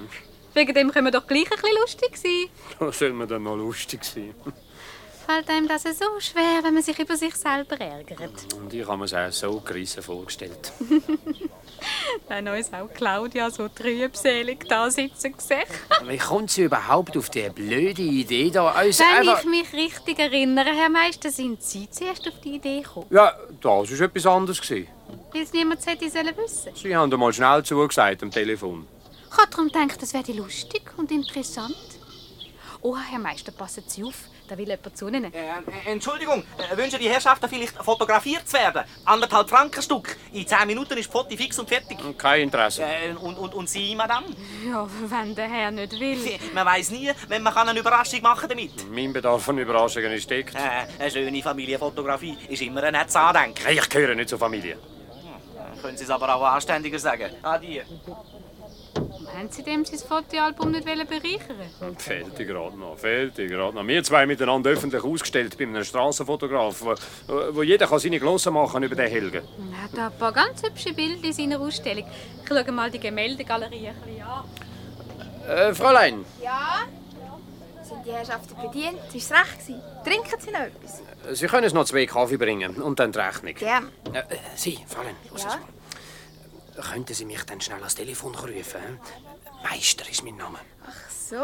S7: Wegen dem können wir doch gleich ein bisschen lustig sein.
S5: Da soll man dann noch lustig sein.
S7: Fällt einem das so schwer, wenn man sich über sich selber ärgert?
S5: Und ich habe mir es auch so gerissen vorgestellt.
S7: Wenn uns auch Claudia so trübselig da sitzen gesehen.
S5: Wie kommt sie überhaupt auf die blöde Idee da? Uns
S7: Wenn
S5: einfach...
S7: ich mich richtig erinnere, Herr Meister, sind Sie zuerst auf die Idee gekommen.
S5: Ja, das war etwas anderes. gewesen.
S7: Weil es niemand hätte sollen wissen.
S5: Sie haben da mal schnell zugesagt am Telefon.
S9: Ich habe darum gedacht, das wäre lustig und interessant. Oh, Herr Meister, passen Sie auf, da will jemand zu Ihnen.
S10: Äh, Entschuldigung, äh, wünschen die Herrschaften vielleicht fotografiert zu werden? Anderthalb Franken Stück. In zehn Minuten ist die Foto fix und fertig.
S5: Kein Interesse.
S10: Äh, und, und, und Sie, Madame?
S7: Ja, wenn der Herr nicht will.
S10: Man weiß nie, wenn man kann eine Überraschung machen damit.
S5: Mein Bedarf an Überraschungen ist deckt.
S10: Äh, eine schöne Familienfotografie ist immer ein nettes Andenken.
S5: Ich gehöre nicht zur Familie.
S10: Äh, Können Sie es aber auch anständiger sagen. Ah, Adieu.
S7: Haben Sie dem sein Fotoalbum nicht wollen bereichern
S5: Fehlt die gerade noch, fehlt die gerade noch. Wir zwei miteinander öffentlich ausgestellt bei einem Strassenfotograf, wo, wo jeder kann seine Glossen machen über den Helgen.
S7: Er hat da ein paar ganz hübsche Bilder in seiner Ausstellung. Ich schaue mal die Gemäldegalerie ein bisschen an.
S5: Äh, Fräulein,
S11: Ja? Sind die Herrschaften bedient? Ist es recht gewesen? Trinken Sie noch etwas?
S5: Sie können uns noch zwei Kaffee bringen und dann die Rechnung.
S11: Gern.
S5: Äh, äh, Sie, Fräulein, los ja? Könnten Sie mich dann schnell ans Telefon rufen? hä? Meister ist mein Name.
S11: So.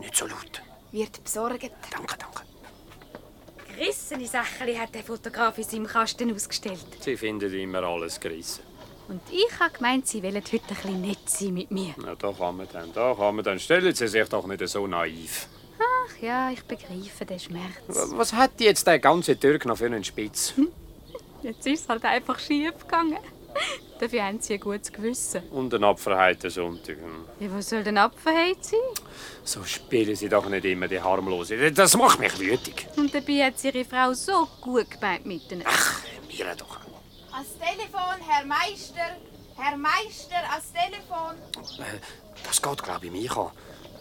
S5: Nicht so laut.
S11: Wird besorgt.
S5: Danke, danke.
S9: Gerissene Sachen hat der Fotograf in seinem Kasten ausgestellt.
S5: Sie finden immer alles gerissen.
S9: Und ich habe gemeint, Sie wollen heute ein bisschen nett sein mit mir.
S5: Na, da kann man dann, da kann man dann. Stellen Sie sich doch nicht so naiv.
S9: Ach ja, ich begreife den Schmerz.
S5: Was hat jetzt der ganze Türk noch für einen Spitz?
S7: Jetzt ist es halt einfach schief gegangen. Dafür haben Sie ein gutes Gewissen.
S5: Und einen abverheilten Sonntag. hm.
S7: Ja, was soll denn abverheilt sein?
S5: So spielen sie doch nicht immer die Harmlose. Das macht mich wütig.
S7: Und dabei hat sie ihre Frau so gut gemeint mit ihnen.
S5: Mir doch.
S11: Ans Telefon, Herr Meister. Herr Meister, ans Telefon.
S5: Äh, Das geht, glaube ich, mich an.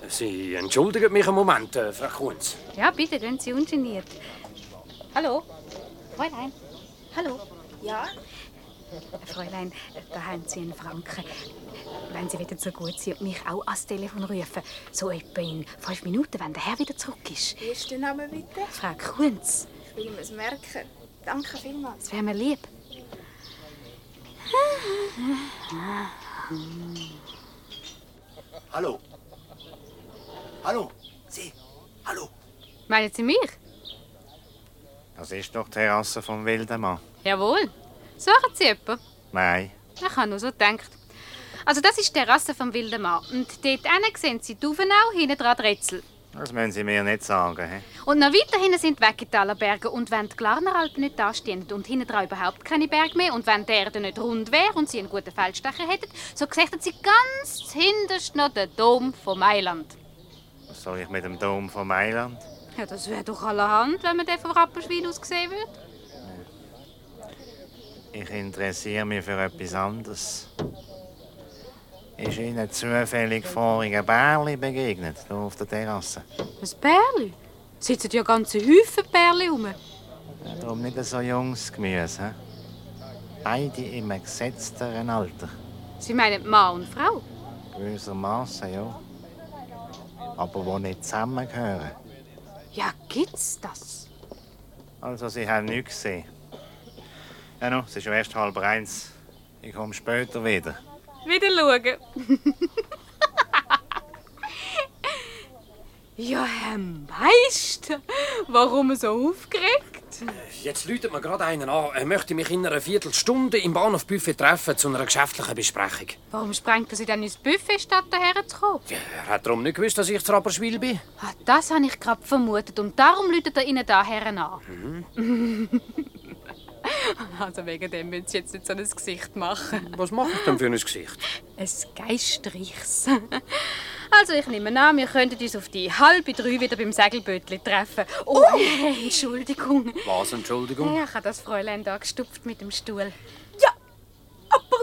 S5: Sie entschuldigen mich einen Moment, äh, Frau Kunz.
S7: Ja, bitte, gehen Sie ungeniert. Hallo? Fräulein? Hallo?
S11: Ja?
S9: Fräulein, da haben Sie einen Franken. Wenn Sie wieder so gut sind und mich auch ans Telefon rufen, so etwa in fünf Minuten, wenn der Herr wieder zurück ist.
S11: Wie ist der Name bitte?
S9: Frau Kunz,
S11: Ich will mir es merken. Danke vielmals.
S9: das wäre mir lieb.
S10: Hallo. Hallo. Sie. Hallo.
S7: Meinen Sie mich?
S12: Das ist doch die Terrasse vom Wildemann.
S7: Jawohl. Suchen Sie jemanden?
S12: Nein.
S7: Ich habe nur so gedacht. Also das ist die Terrasse vom Wilden Mann. Und dort hinten sehen Sie die Uvenau, hinten dran die Rätsel.
S12: Das müssen Sie mir nicht sagen. He?
S7: Und noch weiter hinten sind die Weggetaler Berge. Und wenn die Glarneralpen nicht dastehen und hinten dran überhaupt keine Berge mehr und wenn die Erde nicht rund wäre und Sie einen guten Feldstecher hätten, so sehen Sie ganz hinterst noch den Dom von Mailand.
S12: Was soll ich mit dem Dom von Mailand?
S7: Ja, das wäre doch allerhand, wenn man den von Rapperschwil aus sehen würde.
S12: Ich interessiere mich für etwas anderes. Ist Ihnen zufällig vorige Bärli begegnet, hier auf der Terrasse?
S7: Ein Bärli? Sitzen ja ganze Haufen Bärli rum.
S12: Ja, Darum nicht so junges Gemüse. He? Beide im gesetzteren Alter.
S7: Sie meinen Mann und Frau?
S12: Gewissermaßen, ja. Aber wo nicht zusammengehören.
S7: Ja, gibt's das?
S12: Also, Sie haben nichts gesehen. Ja, no, es ist ja erst halb eins. Ich komme später wieder.
S7: Wieder schauen. ja, Herr Meister, warum so aufgeregt?
S5: Jetzt läutet mir gerade einer an, er möchte mich in einer Viertelstunde im Bahnhofbuffet treffen zu einer geschäftlichen Besprechung.
S7: Warum sprengt er sie dann ins Buffet, statt hierher zu kommen?
S5: Er hat darum nicht gewusst, dass ich zu Rapperswil bin.
S7: Ah, das habe ich gerade vermutet und darum läutet er ihnen daher an.
S5: Mhm.
S7: also wegen dem müssen sie jetzt nicht so ein Gesicht machen.
S5: Was mache ich denn für ein Gesicht?
S7: Ein Geistreichs. Also ich nehme an, wir könnten uns auf die halbe drei wieder beim Segelbötli treffen. Oh, Entschuldigung.
S5: Was, Entschuldigung?
S7: Ja, Ich habe das Fräulein da gestupft mit dem Stuhl.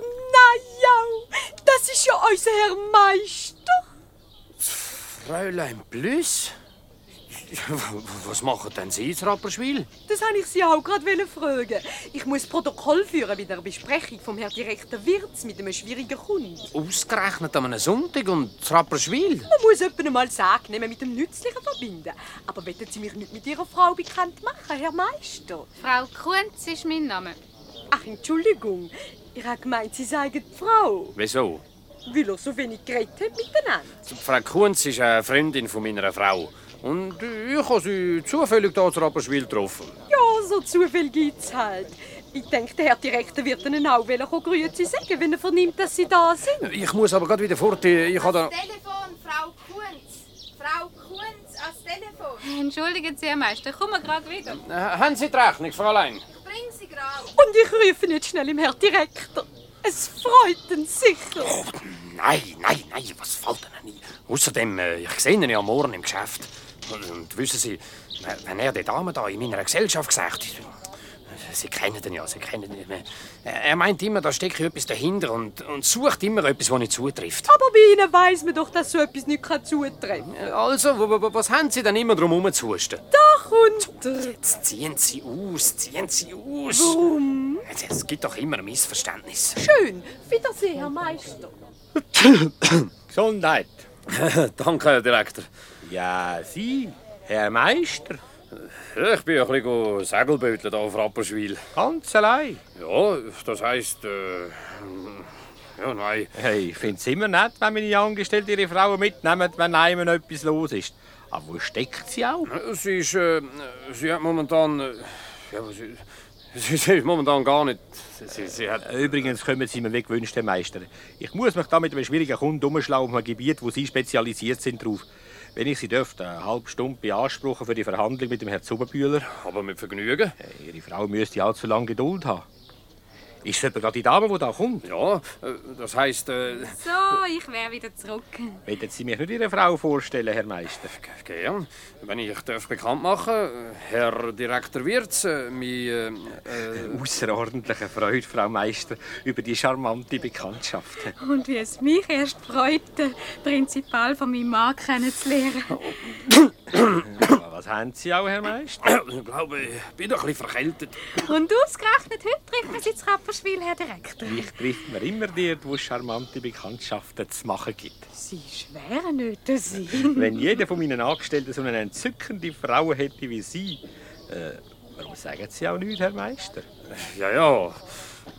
S2: Na ja, das ist ja unser Herr Meister.
S5: Fräulein Plüss? Was machen denn Sie zu Rapperswil?
S2: Das wollte ich Sie auch gerade fragen. Ich muss Protokoll führen bei der Besprechung vom Herrn Direktor Wirz mit einem schwierigen Kunden.
S5: Ausgerechnet an einem Sonntag und zu Rapperswil?
S2: Man muss jemandem mal sagen, nehmen mit dem Nützlichen verbinden. Aber wollen Sie mich nicht mit Ihrer Frau bekannt machen, Herr Meister?
S7: Frau Kunz ist mein Name.
S2: Ach, Entschuldigung. Ich habe gemeint, Sie seien die Frau,
S5: Wieso?
S2: weil ihr so wenig geredet habt miteinander.
S5: Frau Kunz ist eine Freundin von meiner Frau. Und ich habe sie zufällig hier zu Rapperswil getroffen.
S2: Ja, so zu viel gibt's halt. Ich denke, der Herr Direktor wird Ihnen auch wollen kommen, Grüezi sagen, wenn er vernimmt, dass Sie da sind.
S5: Ich muss aber gerade wieder fort. Ich habe da...
S11: Telefon, Frau Kunz. Frau Kunz ans Telefon.
S7: Entschuldigen Sie, Herr Meister, kommen wir gerade wieder.
S5: Äh, haben Sie die Rechnung, Fräulein?
S11: Bring sie gerade.
S2: Und ich rufe nicht schnell im Herrn Direktor. Es freut ihn sicher.
S5: Nein, nein, nein, was fällt Ihnen ein? Außerdem, äh, ich sehe ihn ja morgen im Geschäft. Und- Und wissen Sie, w- wenn er die Dame da in meiner Gesellschaft sagt, Sie kennen den ja, Sie kennen ihn. Äh, Er meint immer, da stecke etwas dahinter und, und sucht immer etwas, das nicht zutrifft.
S2: Aber bei Ihnen weiss man doch, dass so etwas nicht zutreffen
S5: kann. Also, w- w- was haben Sie denn immer drum herum zu husten?
S2: Da kommt er.
S5: Jetzt ziehen Sie aus, ziehen Sie aus.
S2: Warum?
S5: Es gibt doch immer ein Missverständnis.
S2: Schön. Wiedersehen, Herr Meister.
S1: Gesundheit.
S5: Danke, Herr Direktor.
S1: Ja, Sie, Herr Meister.
S5: Ich bin ein bisschen Segelböteln hier auf Rapperswil.
S1: Ganz allein?
S5: Ja, das heisst. Äh, ja, nein.
S1: Hey, ich finde es immer nett, wenn meine Angestellten ihre Frauen mitnehmen, wenn einem etwas los ist. Aber wo steckt sie auch?
S5: Sie ist. Äh, sie hat momentan. Äh, ja, sie, sie, sie ist momentan gar nicht. Sie, sie hat.
S1: Übrigens kommen Sie mir wie gewünscht, Herr Meister. Ich muss mich da mit einem schwierigen Kunden umschlagen auf einem Gebiet, wo Sie spezialisiert sind drauf. Wenn ich Sie dürfte, eine halbe Stunde beanspruchen für die Verhandlung mit dem Herrn Zuberbühler.
S5: Aber mit Vergnügen.
S1: Ihre Frau müsste allzu lange Geduld haben. Ist es etwa gerade die Dame, die da kommt?
S5: Ja, das heisst. Äh...
S7: So, ich wäre wieder zurück.
S1: Wollen Sie mich nicht Ihre Frau vorstellen, Herr Meister?
S5: Gern. Wenn ich darf bekannt machen, äh, Herr Direktor Wirz, äh, mein. Äh, äh,
S1: Außerordentliche Freude, Frau Meister, über die charmante Bekanntschaft.
S7: Und wie es mich erst freut, den Prinzipal von meinem Mann kennenzulernen.
S5: Oh.
S1: Was haben Sie auch, Herr Meister?
S5: Ich glaube, ich bin doch ein bisschen verkältet.
S7: Und ausgerechnet heute treffen wir sie zu Rapperschwil, Herr Direktor.
S1: Ich trifft mir immer dort, wo es charmante Bekanntschaften zu machen gibt.
S7: Sie schweren nicht, dass Sie...
S1: Wenn jeder von meinen Angestellten so eine entzückende Frau hätte wie Sie, äh, warum sagen Sie auch nichts, Herr Meister?
S5: Ja, ja.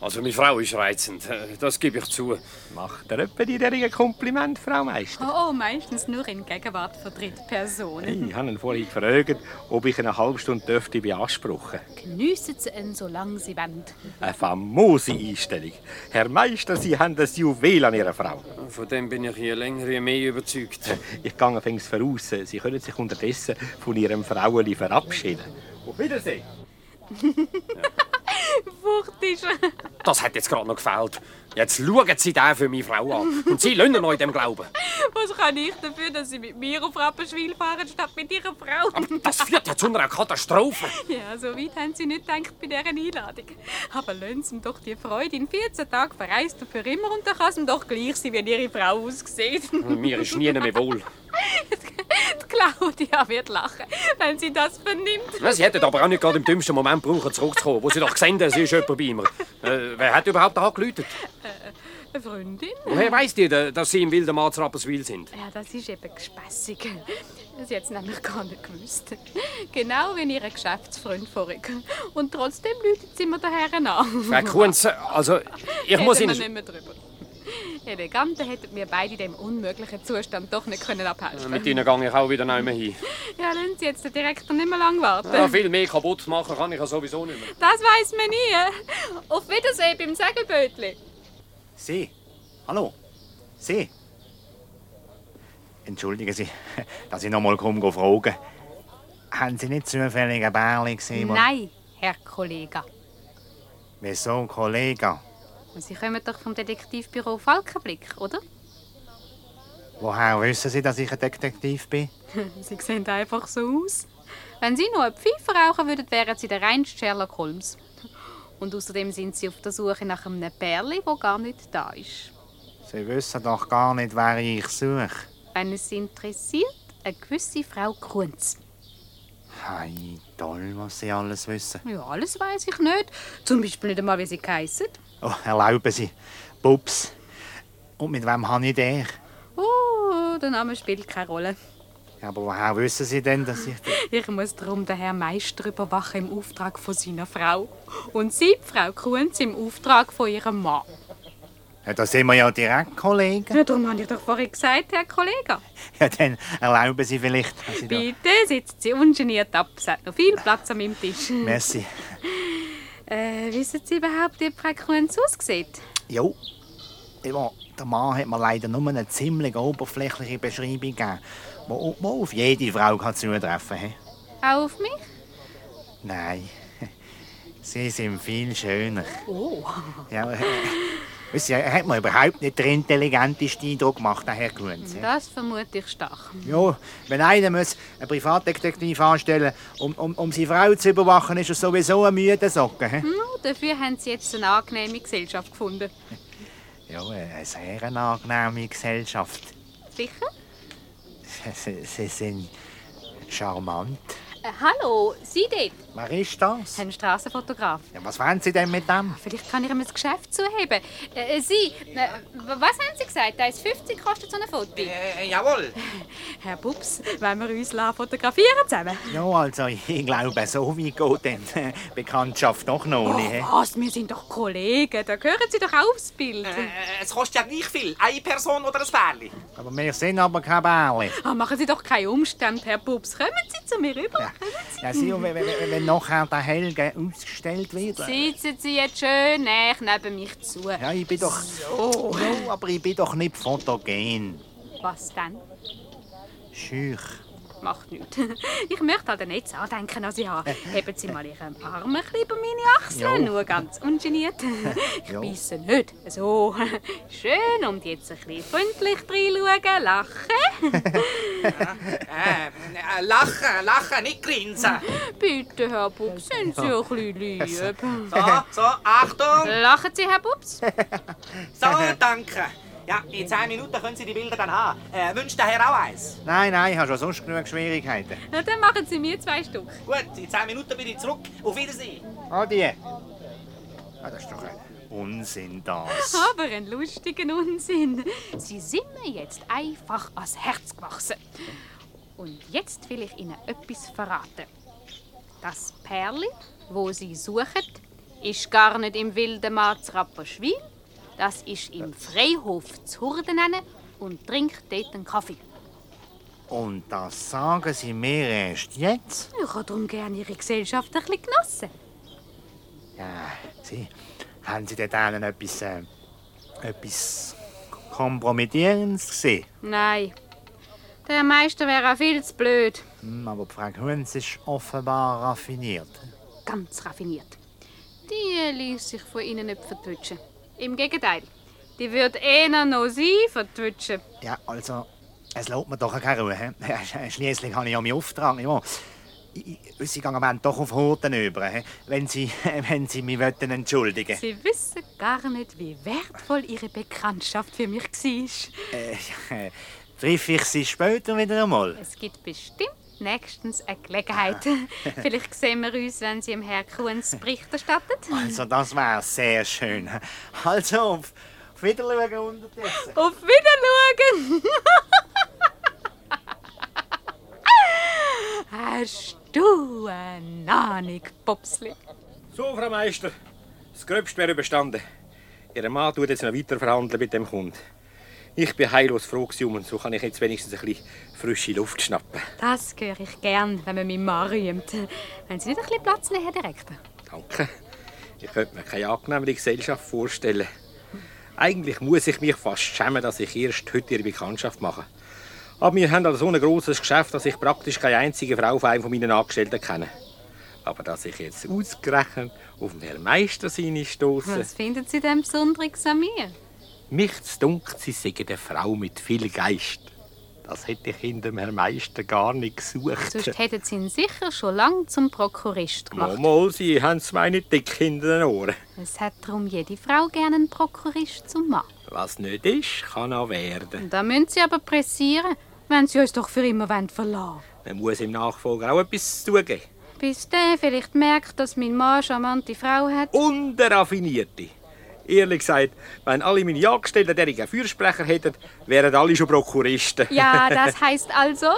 S5: Also, meine Frau ist reizend. äh, Das gebe ich zu.
S1: Macht er etwa die derige Kompliment, Frau Meister?
S7: Oh, meistens nur in Gegenwart von Drittpersonen.
S1: Ich habe ihn vorhin gefragt, ob ich eine halbe Stunde dürfte beanspruchen.
S7: Geniessen Sie ihn, solange Sie wollen.
S1: Eine famose Einstellung. Herr Meister, Sie haben das Juwel an Ihrer Frau.
S5: Von dem bin ich je länger, je mehr überzeugt.
S1: Ich gehe fängs voraus. Sie können sich unterdessen von Ihrem Frauenli verabschieden. Auf Wiedersehen.
S7: Wuchtisch.
S5: Das hat jetzt gerade noch gefällt. Jetzt schauen Sie den für meine Frau an. Und Sie lassen euch dem glauben.
S7: Was kann ich dafür, dass Sie mit mir auf Rapperschwil fahren, statt mit Ihrer Frau?
S5: Das führt ja zu einer Katastrophe.
S7: Ja, so weit haben Sie nicht gedacht bei dieser Einladung. Aber lassen Sie ihm doch die Freude. In 14 Tagen verreist er für immer und dann kann es ihm doch gleich sein, wie Ihre Frau aussieht.
S5: Mir ist nie mehr wohl.
S7: Die Claudia wird lachen, wenn sie das vernimmt.
S5: Sie hätten aber auch nicht gerade im dümmsten Moment brauchen, zurückzukommen, wo Sie doch gesehen haben, es ist jemand bei mir. Äh, wer hat überhaupt angeläutet?
S7: Eine Freundin?
S5: Woher weiss die, denn, dass Sie im wilden Mann zu Rapperswil sind?
S7: Ja, das ist eben gespässig. Das hätte sie nämlich gar nicht gewusst. Genau wie ihr Geschäftsfreund vorhin. Und trotzdem läutet sie mir daher an.
S5: Frau Kunz, also, ich muss
S7: Reden wir nicht
S5: Ihnen...
S7: mehr drüber. Eleganter hätten wir beide dem unmöglichen Zustand doch nicht können abhelfen
S8: Mit ihnen gehe ich auch wieder nicht mehr hin.
S7: Ja, lassen Sie jetzt den Direktor nicht mehr lang warten.
S8: Ja, viel mehr kaputt machen kann ich ja sowieso nicht mehr.
S7: Das weiß man nie. Auf Wiedersehen beim Segelbötli.
S12: Sie? Hallo? Sie? Entschuldigen Sie, dass ich noch mal komme go fragen. Haben Sie nicht zufällig ein Bärli gesehen? wo-
S7: Nein, Herr Kollege.
S12: Wieso, Kollege?
S7: Sie kommen doch vom Detektivbüro Falkenblick, oder?
S12: Woher wissen Sie, dass ich ein Detektiv bin?
S7: Sie sehen einfach so aus. Wenn Sie noch eine Pfeife rauchen würden, wären Sie der reinste Sherlock Holmes. Und außerdem sind Sie auf der Suche nach einem Pärli, wo gar nicht da ist.
S12: Sie wissen doch gar nicht, wer ich suche.
S7: Wenn es Sie interessiert, eine gewisse Frau Kunz.
S12: Hei, toll, was Sie alles wissen.
S7: Ja, alles weiß ich nicht. Zum Beispiel nicht einmal, wie sie heissen.
S12: Oh, erlauben Sie. Bubs. Und mit wem habe ich dich?
S7: Oh, der Name spielt keine Rolle.
S12: Aber woher wissen Sie denn, dass ich...
S7: Ich muss darum den Herrn Meister überwachen im Auftrag von seiner Frau. Und sie, die Frau Kunz, im Auftrag von ihrem Mann.
S12: Ja, da sind wir ja direkt, Kollege.
S7: Ja, darum habe ich doch vorhin gesagt, Herr Kollege.
S12: Ja, dann erlauben Sie vielleicht... dass ich da-
S7: Bitte sitzen Sie ungeniert ab. Es hat noch viel Platz an meinem Tisch.
S12: Merci.
S7: Äh, wissen Sie überhaupt, wie die Frau Kunz aussieht?
S12: Jo. Ja, der Mann hat mir leider nur eine ziemlich oberflächliche Beschreibung gegeben, die die auf jede Frau kann zutreffen kann.
S7: Auch auf mich?
S12: Nein. Sie sind viel schöner.
S7: Oh.
S12: Ja, äh, wissen Sie, er hat mir überhaupt nicht den intelligentesten Eindruck gemacht, der Herr Grunz. Ja.
S7: Das vermute ich stark.
S12: ja, wenn einer muss einen Privatdetektiv anstellen um, um, um seine Frau zu überwachen, ist er sowieso ein müder Socken. hä?
S7: Hm, dafür haben Sie jetzt eine angenehme Gesellschaft gefunden.
S12: Ja, äh, eine sehr angenehme Gesellschaft.
S7: Sicher?
S12: Sie, sie sind charmant.
S7: Äh, hallo, Sie dort,
S12: Wer ist das?
S7: ein Straßenfotograf.
S12: Ja, was wollen Sie denn mit dem?
S7: Ah, Vielleicht kann ich ihm das Geschäft zuheben. Äh, Sie, äh, w- was haben Sie gesagt? 1,50 kostet so ein Foto.
S10: Äh, jawohl.
S7: Herr Bubs, wollen wir uns la fotografieren zusammen?
S12: Ja, also ich glaube, so wie geht denn Bekanntschaft doch noch nicht. hä?
S7: Oh, Was? Wir sind doch Kollegen, da gehören Sie doch auch aufs Bild.
S10: Äh, Es kostet ja gleich viel. Eine Person oder ein Pärli.
S12: Aber wir sind aber keine Bärli.
S7: Ah, machen Sie doch keine Umstände, Herr Bubs. Kommen Sie zu mir rüber.
S12: Ja, Sie, und wenn, wenn, wenn nachher der Helge ausgestellt wird.
S7: Sitzen Sie jetzt schön näher neben mich zu.
S12: Ja, ich bin doch.
S7: So.
S12: Ja, aber ich bin doch nicht fotogen.
S7: Was denn?
S12: Schüch.
S7: Macht nichts. Ich möchte halt an den Netz andenken, als ich habe. also Heben Sie mal Ihren Arm ein bisschen über meine Achseln,
S12: Jo.
S7: nur ganz ungeniert. Ich
S12: Jo.
S7: beiße nicht. So. Schön. Und jetzt ein bisschen freundlich reinschauen, lachen.
S10: Äh, äh, lachen, lachen, nicht grinsen.
S7: Bitte, Herr Bubs, sind Sie ein bisschen lieb.
S10: So, so, Achtung.
S7: Lachen Sie, Herr Bubs?
S10: So, danke. Ja, in 10 Minuten können Sie die Bilder dann haben. Äh, wünscht der Herr auch eins?
S12: Nein, nein, ich habe schon sonst genug Schwierigkeiten.
S7: Na, dann machen Sie mir zwei Stück.
S10: Gut, in 10 Minuten bin ich zurück. Auf Wiedersehen.
S12: Adi. Ah, das ist doch ein Unsinn das.
S7: Aber einen lustigen Unsinn. Sie sind mir jetzt einfach ans Herz gewachsen. Und jetzt will ich Ihnen etwas verraten. Das Perli, wo Sie suchen, ist gar nicht im wilden Mar zu Rapperschwil. Das ist im Freihof zu Hurdenenne und trinkt dort einen Kaffee.
S12: Und das sagen Sie mir erst jetzt?
S7: Ich habe darum gerne Ihre Gesellschaft ein bisschen genossen.
S12: Ja, Sie, haben Sie dort allen etwas, äh, etwas Kompromittierendes gesehen?
S7: Nein, der Meister wäre auch viel zu blöd.
S12: Hm, aber die Frau Grünz ist offenbar raffiniert.
S7: ganz raffiniert. Die ließ sich von ihnen nicht vertwitschen. Im Gegenteil, die würde eher noch sie vertwitschen.
S12: Ja, also, es lässt mir doch keine Ruhe. hä? Schließlich habe ich ja meinen Auftrag. Ja. Ich, ich, sie gehen am Ende doch auf Hurten über, hä? wenn Sie, wenn sie mich wollen entschuldigen
S7: Sie wissen gar nicht, wie wertvoll ihre Bekanntschaft für mich war.
S12: Äh, ja, Treffe ich Sie später wieder einmal?
S7: Es gibt bestimmt nächstens eine Gelegenheit.
S12: Ah.
S7: Vielleicht sehen wir uns, wenn Sie im Herr Kuhns Bericht erstatten.
S12: Also, das wäre sehr schön. Also, auf auf Wiedersehen unterdessen.
S7: Auf Wiedersehen! Hast du eine Ahnung, Popsli?
S1: So, Frau Meister, das Gröbste wäre überstanden. Ihr Mann tut jetzt noch weiter verhandeln mit dem Kunden. Ich bin heillos froh gewesen und so kann ich jetzt wenigstens ein bisschen frische Luft schnappen.
S9: Das höre ich gern, wenn man meinen Mann rühmt. Wenn Sie nicht ein bisschen Platz nehmen, Herr Direktor?
S1: Danke. Ich könnte mir keine angenehmere Gesellschaft vorstellen. Eigentlich muss ich mich fast schämen, dass ich erst heute ihre Bekanntschaft mache. Aber wir haben da so ein grosses Geschäft, dass ich praktisch keine einzige Frau von einem meiner Angestellten kenne. Aber dass ich jetzt ausgerechnet auf den Herrn Meister seine stoße,
S7: Was finden Sie denn Besonderes an mir?
S1: mich zu dunkel, sie sei eine Frau mit viel Geist. Das hätte ich hinter dem Herrn Meister gar nicht gesucht.
S7: Sonst hätten Sie ihn sicher schon lange zum Prokurist gemacht.
S1: Mal, sie haben es meine dick hinter den Ohren.
S7: Es hat darum jede Frau gerne einen Prokurist zum Mann.
S1: Was nicht ist, kann auch werden.
S7: Da müssen Sie aber pressieren, wenn Sie uns doch für immer wollen verlassen
S1: Man muss im Nachfolger auch etwas zugeben.
S7: wollen. Bis der vielleicht merkt, dass mein Mann eine charmante Frau hat.
S1: Und eine raffinierte. Ehrlich gesagt, wenn alle meine Angestellten derige Fürsprecher hätten, wären alle schon Prokuristen.
S7: Ja, das heißt also,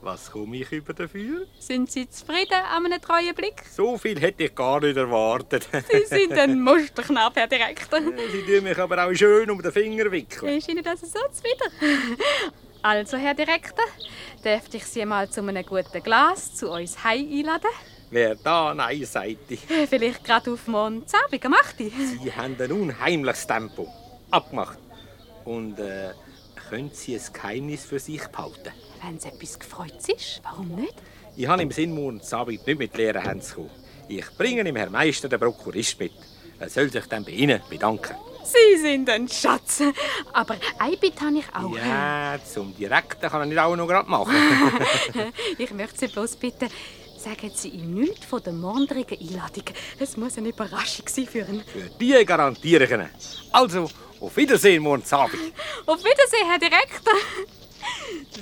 S1: Was komme ich über dafür?
S7: sind Sie zufrieden an einem treuen Blick?
S1: So viel hätte ich gar nicht erwartet.
S7: Sie sind ein Musterknapp, Herr Direktor.
S1: Sie tun mich aber auch schön um den Finger wickeln.
S7: Ist Ihnen das so zufrieden? Also, Herr Direktor, dürfte ich Sie mal zu einem guten Glas zu uns heim einladen?
S1: Wer da Nein sagt, die-
S7: Vielleicht gerade auf morgen Abend am 8 Uhr.
S1: Sie haben ein unheimliches Tempo. Abgemacht. Und äh, können Sie ein Geheimnis für sich behalten?
S7: Wenn es etwas gefreut ist, warum nicht?
S1: Ich habe im Sinn, morgen Abend nicht mit leeren Händen zu kommen. Ich bringe dem Herrn Meister den Prokurist mit. Er soll sich dann bei Ihnen bedanken.
S7: Sie sind ein Schatz. Aber ein Bitte habe ich auch.
S1: Ja, zum Direkten kann er nicht auch noch gerade machen.
S7: Ich möchte Sie bloß bitten, sagen Sie ihm nichts von der morgendlichen Einladung. Es muss eine Überraschung sein für ihn.
S1: Für die garantiere ich Ihnen. Also, auf Wiedersehen morgen Abend.
S7: Auf Wiedersehen, Herr Direktor.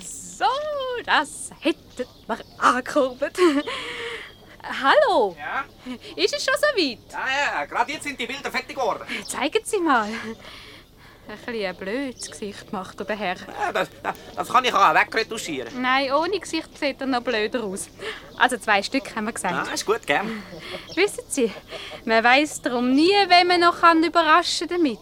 S7: So, das hätten wir angekurbelt. Hallo.
S10: Ja?
S7: Ist es schon soweit?
S10: Ja, ja, gerade jetzt sind die Bilder fertig geworden.
S7: Zeigen Sie mal. Ein bisschen ein blödes Gesicht macht der Herr.
S10: Ja, das, das, das kann ich auch wegretuschieren.
S7: Nein, ohne Gesicht sieht er noch blöder aus. Also zwei Stück haben wir gesagt.
S10: Ah, ist gut, gell?
S7: Wissen Sie, man weiß darum nie, wen man noch kann überraschen damit.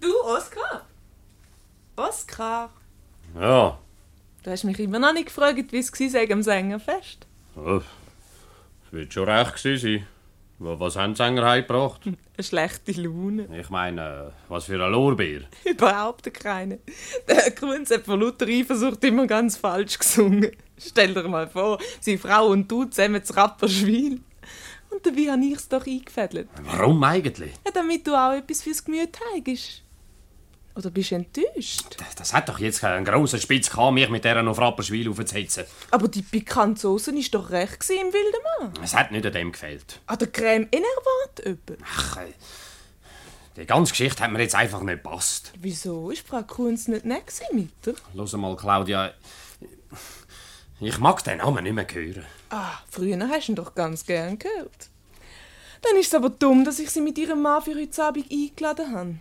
S4: Du, Oskar? Oskar,
S5: Ja.
S4: du hast mich immer noch nicht gefragt, wie es war am Sängerfest.
S5: Oh, Das wird schon recht gewesen sein. Wa- Was haben die Sänger heimgebracht?
S4: Eine schlechte Laune.
S5: Ich meine, äh, was für ein Lorbeer.
S4: Überhaupt keine. Der Grunz hat vor lauter Eifersucht immer ganz falsch gesungen. Stell dir mal vor, sie Frau und du zusammen zu Rapperschwil. Und dabei habe ich es doch eingefädelt.
S5: Warum eigentlich?
S4: Ja, damit du auch etwas fürs Gemüt heigst. Oder bist du enttäuscht?
S5: Das hat doch jetzt keinen grossen Spitz gehabt, mich mit dieser auf Rapperschwil aufzusetzen.
S4: Aber die pikante Soße war doch recht gewesen im wilden Mann.
S5: Es hat nicht an dem gefehlt.
S4: An der Creme unerwartet öppe.
S5: Ach, äh, die ganze Geschichte hat mir jetzt einfach nicht gepasst.
S4: Wieso ist Frau Kunz nicht nett gewesen mit dir?
S5: Los mal, Claudia. Ich mag den Namen nicht mehr hören.
S4: Ah, früher hast du ihn doch ganz gern gehört. Dann ist es aber dumm, dass ich sie mit ihrem Mann für heute Abend eingeladen habe.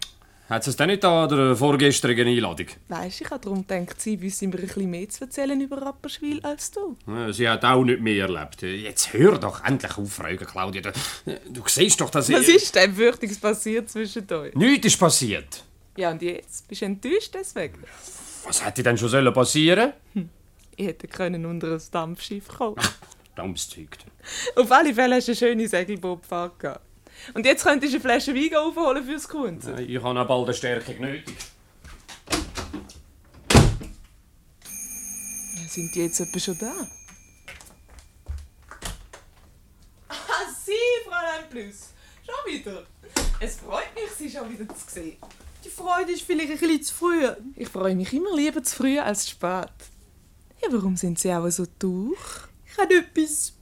S5: Hat es denn nicht an der vorgestrigen Einladung?
S4: Weisst, ich habe darum gedacht, sie wüsste mir ein bisschen mehr zu erzählen über Rapperschwil als du.
S5: Ja, Sie hat auch nicht mehr erlebt. Jetzt hör doch endlich auf, Fragen, Claudia. Du, du siehst doch, dass ich...
S4: Was ist denn Fürchtiges passiert zwischen euch?
S5: Nichts ist passiert.
S4: Ja, und jetzt? Bist du enttäuscht deswegen?
S5: Was hätte denn schon sollen passieren
S4: Ich hätte können unter ein Dampfschiff kommen
S5: Dummes Zeug.
S4: Auf alle Fälle hast du eine schöne Segelbootfahrt gehabt. Und jetzt könntest du eine Flasche Wein aufholen fürs Kunst.
S5: Ich habe auch bald eine Stärkung nötig.
S4: Sind die jetzt etwa schon da? Ah, Sie, Fräulein Plus. Schon wieder. Es freut mich, Sie schon wieder zu sehen. Die Freude ist vielleicht ein bisschen zu früh. Ich freue mich immer lieber zu früh als zu spät. Ja, warum sind Sie auch so durch?
S11: Ich habe etwas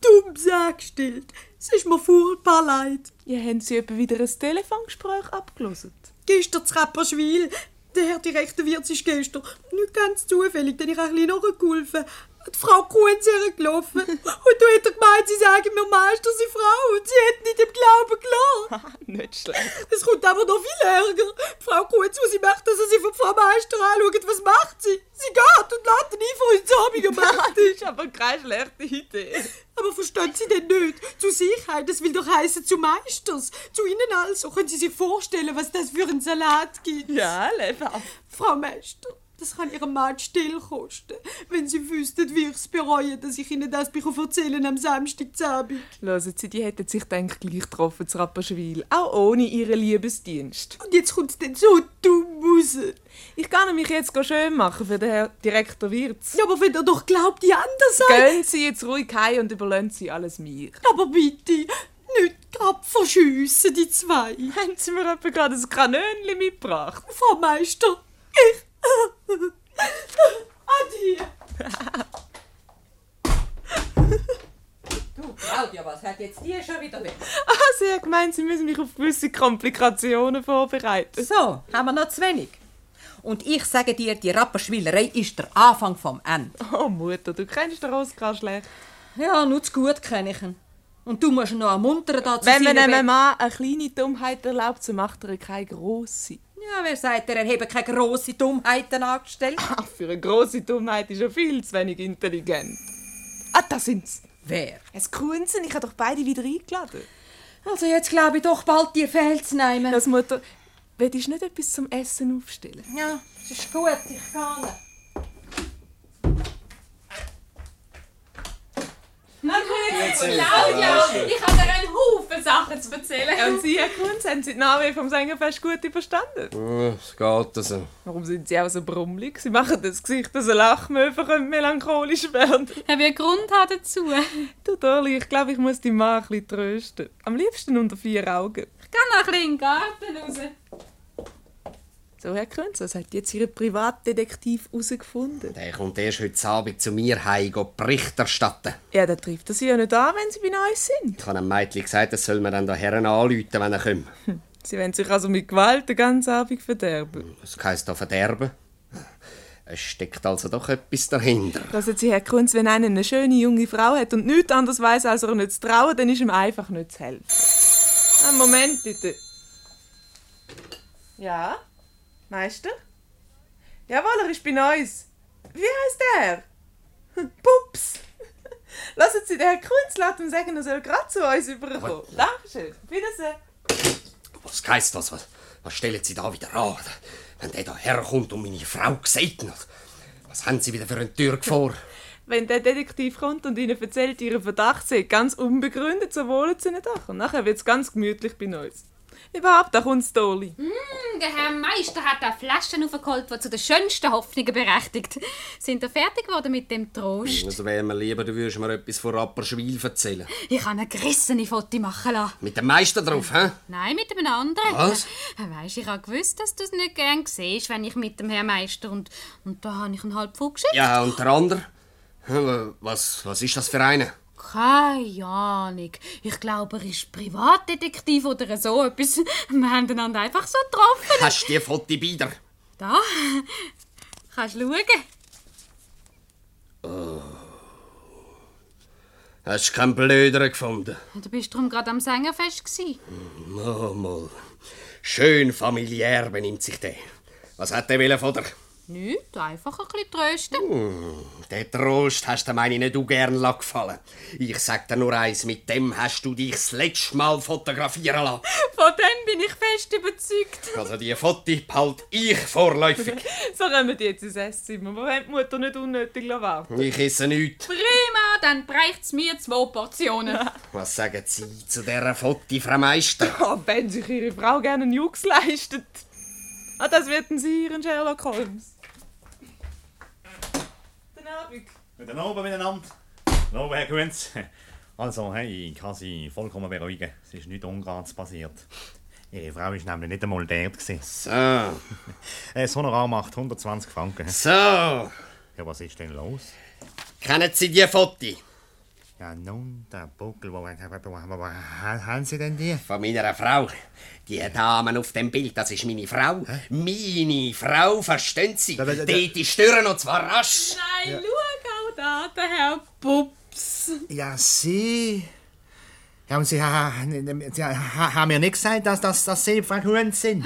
S11: Dummes angestellt. Es ist mir furchtbar leid.
S4: Ja, haben Sie etwa wieder ein Telefongespräch abgelesen?
S11: Gestern zu Rapperschwil. Der Herr Direktor Wirt ist gestern. Nicht ganz zufällig, denn ich habe ein bisschen nachgeholfen. Die Frau Kuhn ist hergelaufen. Und du hättest gemeint, sie sagen mir Meister, sie Frau. Und sie hätten nicht im Glauben gelassen.
S4: Nicht schlecht.
S11: Es kommt aber noch viel Ärger. Die Frau Kuhn zu, sie macht, dass er sie von Frau Meister anschaut. Was macht sie? Sie geht und lädt ihn ein von uns abends am
S4: Das ist aber keine schlechte Idee.
S11: Aber verstehen Sie denn nicht? Zur Sicherheit, das will doch heißen zu Meisters. Zu Ihnen also. Können Sie sich vorstellen, was das für ein Salat gibt?
S4: Ja, leb auf.
S11: Frau Meister, das kann Ihrem Mann still kosten. Wenn Sie wüssten, wie ich es bereue, dass ich Ihnen das bekomme erzählen am Samstagabend.
S4: Hören Sie, die hätten sich denk gleich getroffen zu Rapperschwil, auch ohne ihren Liebesdienst.
S11: Und jetzt kommt es denn so dumm raus.
S4: Ich kann mich jetzt go schön machen für den Herrn Direktor Wirtz.
S11: Ja, aber wenn er doch glaubt, die anderen sagen...
S4: Gehen Sie jetzt ruhig heim und überlassen Sie alles mir.
S11: Aber bitte, nicht gerade verschiessen, die zwei.
S4: Haben Sie mir etwa gerade ein Kanönchen mitgebracht?
S11: Frau Meister, ich... Adieu.
S3: Du, Claudia, was hat jetzt die schon wieder mit?
S4: Ah, Sie haben gemeint, Sie müssen mich auf gewisse Komplikationen vorbereiten.
S3: So, haben wir noch zu wenig. Und ich sage dir, die Rapperschwillerei ist der Anfang vom Ende.
S4: Oh Mutter, du kennst den Oskar schlecht.
S3: Ja, nur zu gut kenne ich ihn. Und du musst ihn noch ermuntern, da zu
S4: Wenn man
S3: seiner
S4: einem
S3: Welt-
S4: Mann eine kleine Dummheit erlaubt, so macht er keine grosse.
S3: Ja, wer sagt dir, er habe keine grossen Dummheiten angestellt?
S4: Ach, für eine grosse Dummheit ist er viel zu wenig intelligent. Ah, da sind's.
S3: Wer?
S4: Es Kunzen, ich habe doch beide wieder eingeladen.
S3: Also jetzt glaube ich doch bald, die Fälle zu nehmen.
S4: Das Mutter, willst du nicht etwas zum Essen aufstellen?
S3: Ja, es ist gut, ich kann.
S13: Claudia, ich habe dir einen Haufen Sachen zu erzählen.
S4: Und Sie, Herr Kunz, haben Sie die Namen vom Sängerfest gut überstanden?
S6: Hm, Es geht also.
S4: Warum sind Sie auch so brummelig? Sie machen das Gesicht, dass ein Lachmöfer könnte melancholisch werden
S7: Er wird Grund haben dazu.
S4: Du, Dolly, ich glaube, ich muss die Mann ein bisschen trösten. Am liebsten unter vier Augen.
S7: Ich gehe noch ein bisschen in den Garten raus.
S4: So, Herr Kunz, was hat jetzt Ihr Privatdetektiv herausgefunden?
S6: Der kommt erst heute Abend zu mir heim und Bericht erstatten.
S4: Ja, dann trifft er Sie ja nicht an, wenn Sie bei uns sind.
S6: Ich habe dem Mädchen gesagt, das soll man dann da Herren anrufen, wenn er kommt.
S4: Sie wollen sich also mit Gewalt den ganzen Abend verderben.
S6: Das heisst da verderben. Es steckt also doch etwas dahinter.
S4: Lassen Sie, Herr Kunz, wenn einer eine schöne junge Frau hat und nichts anderes weiß, als er nicht zu trauen, dann ist ihm einfach nicht zu helfen. Einen Moment bitte. Ja? Meister? Jawohl, er ist bei uns. Wie heißt er? Pups! Lassen Sie den Herrn Kunz laut und sagen, er soll gerade zu uns überkommen. Dankeschön. Wiedersehen.
S6: Was heisst das? also, Was, was stellen Sie da wieder an? Wenn der da herkommt und meine Frau gesagt hat, was haben Sie wieder für eine Tür vor?
S4: Wenn der Detektiv kommt und Ihnen erzählt, Ihren Verdacht sei ganz unbegründet, so wohlen Sie nicht an. Und nachher wird es ganz gemütlich bei uns. Überhaupt, da kommt Dolly.
S7: Hm, der Herr Meister hat da Flaschen aufgeholt, die zu den schönsten Hoffnungen berechtigt. Sind ihr fertig geworden mit dem Trost?
S6: Also wäre mir lieber, du würdest mir etwas von Rapperschwil erzählen.
S7: Ich habe eine gerissene Foto machen lassen.
S6: Mit dem Meister drauf, hä?
S7: Nein, mit einem anderen.
S6: Was?
S7: Weißt, ich habe gewusst, dass du es nicht gern siehst, wenn ich mit dem Herrn Meister und, und da habe ich ihn halb vorgeschickt.
S6: Ja, und der andere? Hm, Was, was ist das für einer?
S7: Keine Ahnung. Ich glaube, er ist Privatdetektiv oder so etwas. Wir haben einander einfach so getroffen.
S6: Hast du die Foto wieder?
S7: Da, kannst du schauen.
S6: Oh. Hast du keinen Blöderen gefunden?
S7: Du bist darum gerade am Sängerfest gsi.
S6: Nochmal. Schön familiär benimmt sich der. Was hat der Wille von dir?
S7: Nicht, einfach ein bisschen trösten.
S6: Hm, Den Trost hast du meine nicht ungern lassen gefallen. Ich sag dir nur eins, mit dem hast du dich das letzte Mal fotografieren lassen.
S7: Von dem bin ich fest überzeugt.
S6: Also die Foto behalte ich vorläufig.
S4: So kommen die jetzt ins Esszimmer. Wir wollen die Mutter nicht unnötig warten.
S6: Ich esse nichts.
S7: Prima, dann bräucht's mir zwei Portionen.
S6: Was sagen Sie zu dieser Foto, Frau Meister?
S4: Oh, wenn sich Ihre Frau gerne einen Jux leistet. Ah, das werden Sie Ihren Sherlock Holmes. Dann Abend.
S12: Guten Abend miteinander. Guten Abend, Herr Kunz. Also, hey, ich kann Sie vollkommen beruhigen. Es ist nichts Ungarns passiert. Ihre Frau war nämlich nicht einmal der. gewesen. Äh,
S6: So.
S12: Das Honorar macht 120 Franken.
S6: So. Ja,
S12: was ist denn los?
S6: Kennen Sie die Fotos?
S12: Ja, nun, der Buckel, wo, wo, wo, wo, wo haben Sie denn die?
S6: Von meiner Frau. Die Dame auf dem Bild, das ist meine Frau. Meine Frau, verstehen Sie? Die, die stören und zwar rasch.
S7: Nein, schau auch da, der Herr Pups.
S12: Ja, Sie. Ja, und Sie, ha, Sie ha, haben mir nicht gesagt, dass, dass, dass Sie Frau Kunz sind.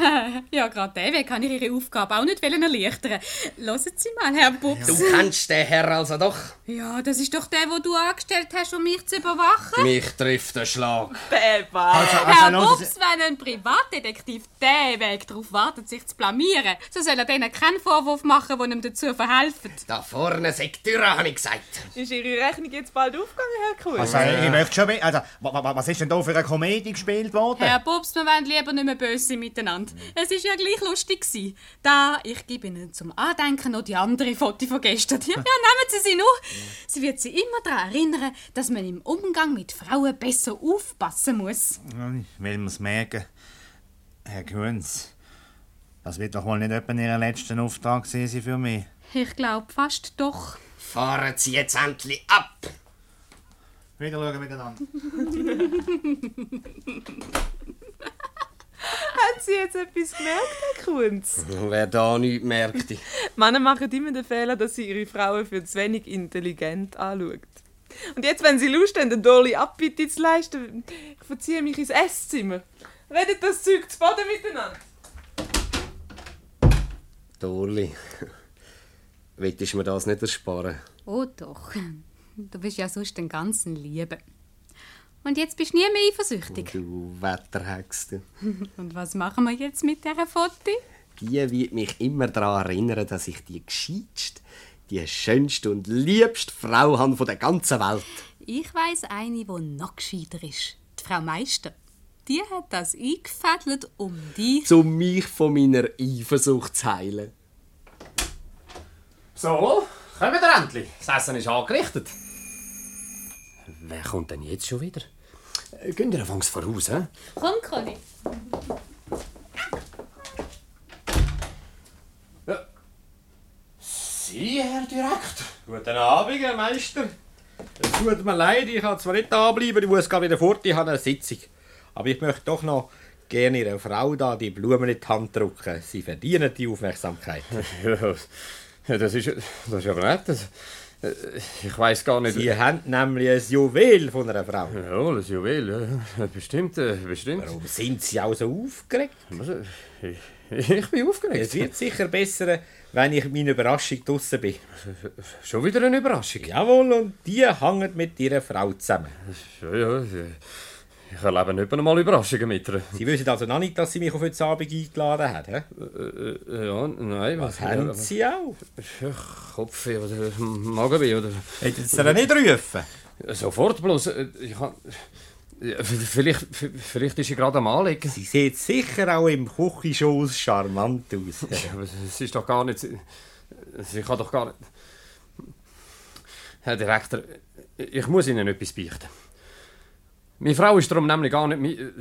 S7: ja, gerade deswegen kann ich Ihre Aufgabe auch nicht wollen erleichtern. Hören Sie mal, Herr Pups.
S6: Du kennst den Herr also doch.
S7: Ja, das ist doch der, wo du angestellt hast, um mich zu überwachen.
S6: Mich trifft der Schlag.
S7: Beba.
S6: Also, also,
S7: Herr
S6: hören Sie-
S7: Pups, wenn ein Privatdetektiv diesen Weg darauf wartet, sich zu blamieren, so soll er denen keinen Vorwurf machen, der ihm dazu verhelfen.
S6: Da vorne sagt die Türe, habe ich gesagt.
S4: Ist Ihre Rechnung jetzt bald aufgegangen, Herr Kuhn?
S12: Also, ich möchte schon wissen, also, wa- wa- wa- was ist denn da für eine Komödie gespielt worden?
S7: Herr Bobs, wir wollen lieber nicht mehr böse sein miteinander. Es war ja gleich lustig. Gewesen. Da, ich gebe Ihnen zum Andenken noch die andere Foto von gestern. Ja, ja nehmen Sie sie nur. Sie wird Sie immer daran erinnern, dass man im Umgang mit Frauen besser aufpassen muss.
S12: Ich will mir's merken. Herr Kunz, das wird doch wohl nicht etwa Ihr letzter Auftrag gewesen sein für mich.
S7: Ich glaube fast doch.
S6: Fahren Sie jetzt endlich ab.
S12: Wieder schauen miteinander.
S4: Haben Sie jetzt etwas gemerkt, Herr Kunz?
S6: Wer da nichts merkt.
S4: Männer machen immer den Fehler, dass sie ihre Frauen für zu wenig intelligent anschaut. Und jetzt, wenn sie Lust haben, eine Dolly Abbitte zu leisten, ich verziehe mich ins Esszimmer. Redet das Zeug zu Boden miteinander.
S6: Dorli, willst du mir das nicht ersparen?
S14: Oh doch, du bist ja sonst den ganzen Liebe. Und jetzt bist du nie mehr eifersüchtig.
S6: Du Wetterhexe.
S14: Und was machen wir jetzt mit dieser Foto?
S6: Die wird mich immer daran erinnern, dass ich die gescheitste, die schönste und liebste Frau habe von der ganzen Welt.
S14: Ich weiß eine, die noch gescheiter ist. Die Frau Meister. Die hat das eingefädelt um dich.
S6: Um mich von meiner Eifersucht zu heilen.
S5: So, kommen wir endlich. Das Essen ist angerichtet.
S6: Wer kommt denn jetzt schon wieder? Äh, Geht ihr anfangs voraus, hä?
S14: Komm, Conny.
S15: Sie, Herr Direktor?
S1: Guten Abend, Herr Meister. Es tut mir leid, ich kann zwar nicht da bleiben, ich muss gerade wieder fort, ich habe eine Sitzung. Aber ich möchte doch noch gerne Ihrer Frau da die Blumen in die Hand drücken. Sie verdienen die Aufmerksamkeit.
S5: Ja, das ist, das ist aber nett. Das, äh, ich weiß gar nicht.
S1: Sie haben nämlich ein Juwel von einer Frau.
S5: Ja, das Juwel, ja. bestimmt, äh, bestimmt. äh,
S1: Warum sind Sie auch so aufgeregt?
S5: Ich, ich bin aufgeregt.
S1: Es wird sicher besser, wenn ich meine Überraschung draussen bin.
S5: Schon wieder eine Überraschung?
S1: Jawohl, und die hängt mit Ihrer Frau zusammen.
S5: Ja, ja, ich erlebe nicht mehr mal Überraschungen mit ihr.
S1: Sie wissen also noch nicht, dass Sie mich auf heute Abend eingeladen haben, hä?
S5: Ja, nein. Was
S1: haben Sie auch?
S5: Kopfweh oder Magenweh oder...
S1: Hätten Sie ihr nicht rufen?
S5: Sofort, bloß äh, ich kann... Ja, v- Vielleicht, v- vielleicht ist sie gerade am Anlegen.
S1: Sie sieht sicher auch im Küchenschoss charmant aus.
S5: aber es ist doch gar nicht... Sie kann doch gar nicht... Herr Direktor, ich muss Ihnen etwas beichten. Meine Frau ist darum nämlich gar nicht... mi- äh,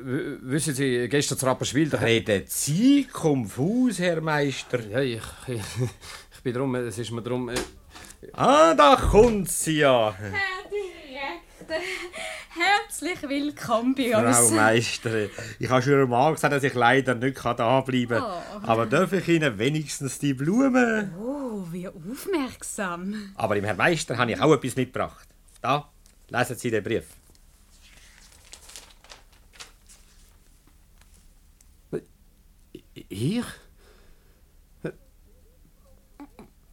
S5: w- Wissen Sie, gestern zu Rapperswil... da-
S1: Reden Sie konfus, Herr Meister.
S5: Ja, ich, ich, ich bin drum... Es ist mir drum... äh,
S1: Ah, da kommt sie ja.
S14: Herr Direktor, herzlich willkommen bei uns.
S1: Frau Meister, ich habe schon mal gesagt, dass ich leider nicht da bleiben kann.
S14: Oh.
S1: Aber darf ich Ihnen wenigstens die Blumen?
S14: Oh, wie aufmerksam.
S1: Aber im Herr Meister habe ich auch etwas mitgebracht. Da, lesen Sie den Brief.
S5: Ich?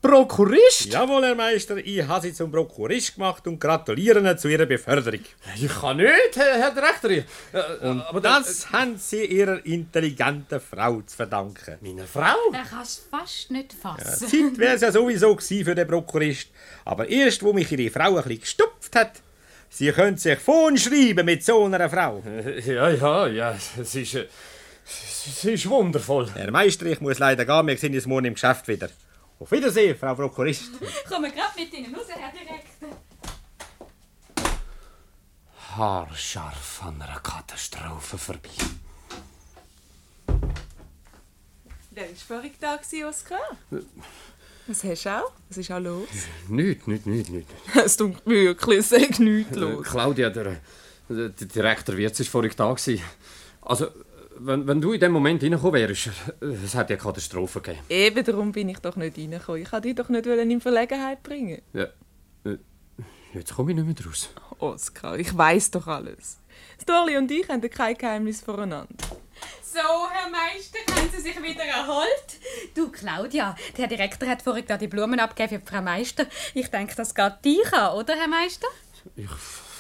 S5: Prokurist?
S1: Jawohl, Herr Meister, ich habe Sie zum Prokurist gemacht und gratuliere Ihnen zu Ihrer Beförderung.
S5: Ich kann nicht, Herr, Herr Direktor. ich- Äh,
S1: Und das haben Sie Ihrer intelligenten Frau zu verdanken.
S5: Meine Frau?
S14: Da kannst du fast nicht fassen.
S1: Zeit wäre es ja sowieso gewesen für den Prokurist. Aber erst, wo mich ihre Frau ein bisschen gestupft hat, sie können sich vorn schreiben mit so einer Frau.
S5: Äh, Ja, ja, ja, es ist, äh, es ist wundervoll.
S1: Herr Meister, ich muss leider gehen, wir sehen uns morgen im Geschäft wieder. Auf Wiedersehen, Frau Prokurist.
S2: Kommen gerade mit Ihnen raus, Herr Direktor.
S16: Haarscharf an einer Katastrophe vorbei.
S4: Der war vorhin da, gewesen, Oskar. Was hast du auch? Was ist auch los?
S5: Nichts, nichts, nichts, nichts.
S4: Es tut mir wirklich sehr nichts
S5: Äh,
S4: los.
S5: Claudia, der, der der Direktor Wirtz war vorhin da. Gewesen. Also, wenn, wenn du in dem Moment reingekommen wärst, äh, es hätte ja Katastrophe gegeben.
S4: Eben darum bin ich doch nicht reingekommen. Ich wollte dich doch nicht in Verlegenheit bringen.
S5: Ja. äh, Jetzt komme ich nicht mehr raus.
S4: Oskar, ich weiß doch alles. Storli und ich haben kein Geheimnis voreinander.
S2: So, Herr Meister, haben Sie sich wieder erholt?
S7: Du, Claudia, der Direktor hat vorhin gerade die Blumen abgegeben für Frau Meister. Ich denke, das geht dich an, oder, Herr Meister?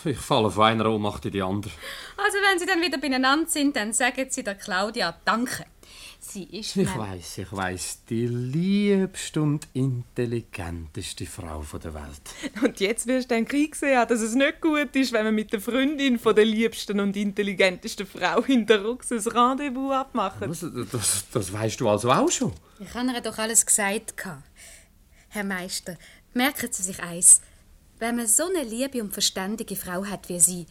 S5: Ich falle von einer Ohnmacht in die andere.
S7: Also, wenn Sie dann wieder beieinander sind, dann sagen Sie der Claudia Danke. Sie ist
S5: Ich weiß, ich weiß, die liebste und intelligenteste Frau von der Welt.
S4: Und jetzt wirst du dann Krieg sehen, haben, dass es nicht gut ist, wenn man mit der Freundin von der liebsten und intelligentesten Frau hinterrucks ein Rendezvous abmacht.
S5: Was, das, das weißt du also auch schon.
S7: Ich habe ihr doch alles gesagt. gehabt. Herr Meister, merken Sie sich eins. Wenn man so eine liebe und verständige Frau hat wie Sie,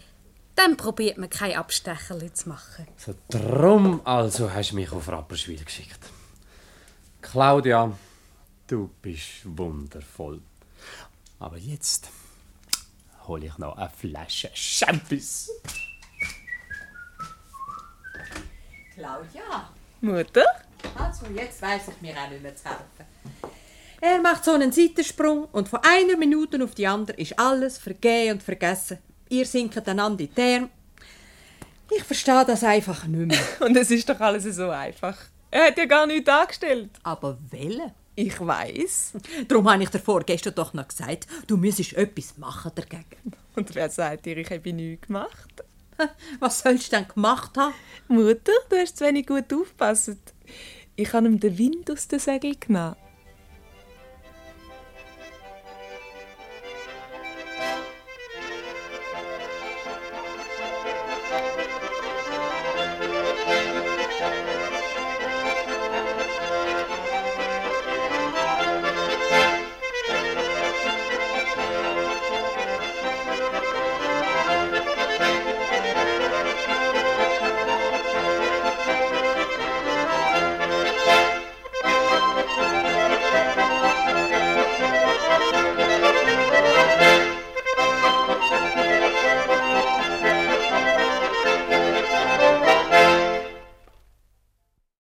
S7: dann probiert man keine Abstecherli zu machen.
S5: So, drum also hast du mich auf Rapperswil geschickt. Claudia, du bist wundervoll. Aber jetzt hole ich noch eine Flasche Champis.
S3: Claudia,
S4: Mutter?
S3: also jetzt weiß ich mir auch nicht mehr zu helfen. Er macht so einen Seitensprung und von einer Minute auf die andere ist alles vergeben und vergessen. Ihr sinkt einander in die Arme. Ich verstehe das einfach nicht mehr.
S4: Und es ist doch alles so einfach. Er hat ja gar nichts angestellt.
S3: Aber welle?
S4: Ich weiß.
S3: Darum habe ich dir vorgestern doch noch gesagt, du müsstest etwas machen dagegen.
S4: Und wer sagt dir, ich habe nichts gemacht?
S3: Was sollst du denn gemacht haben?
S4: Mutter, du hast zu wenig gut aufgepasst. Ich habe ihm den Wind aus den Segeln genommen.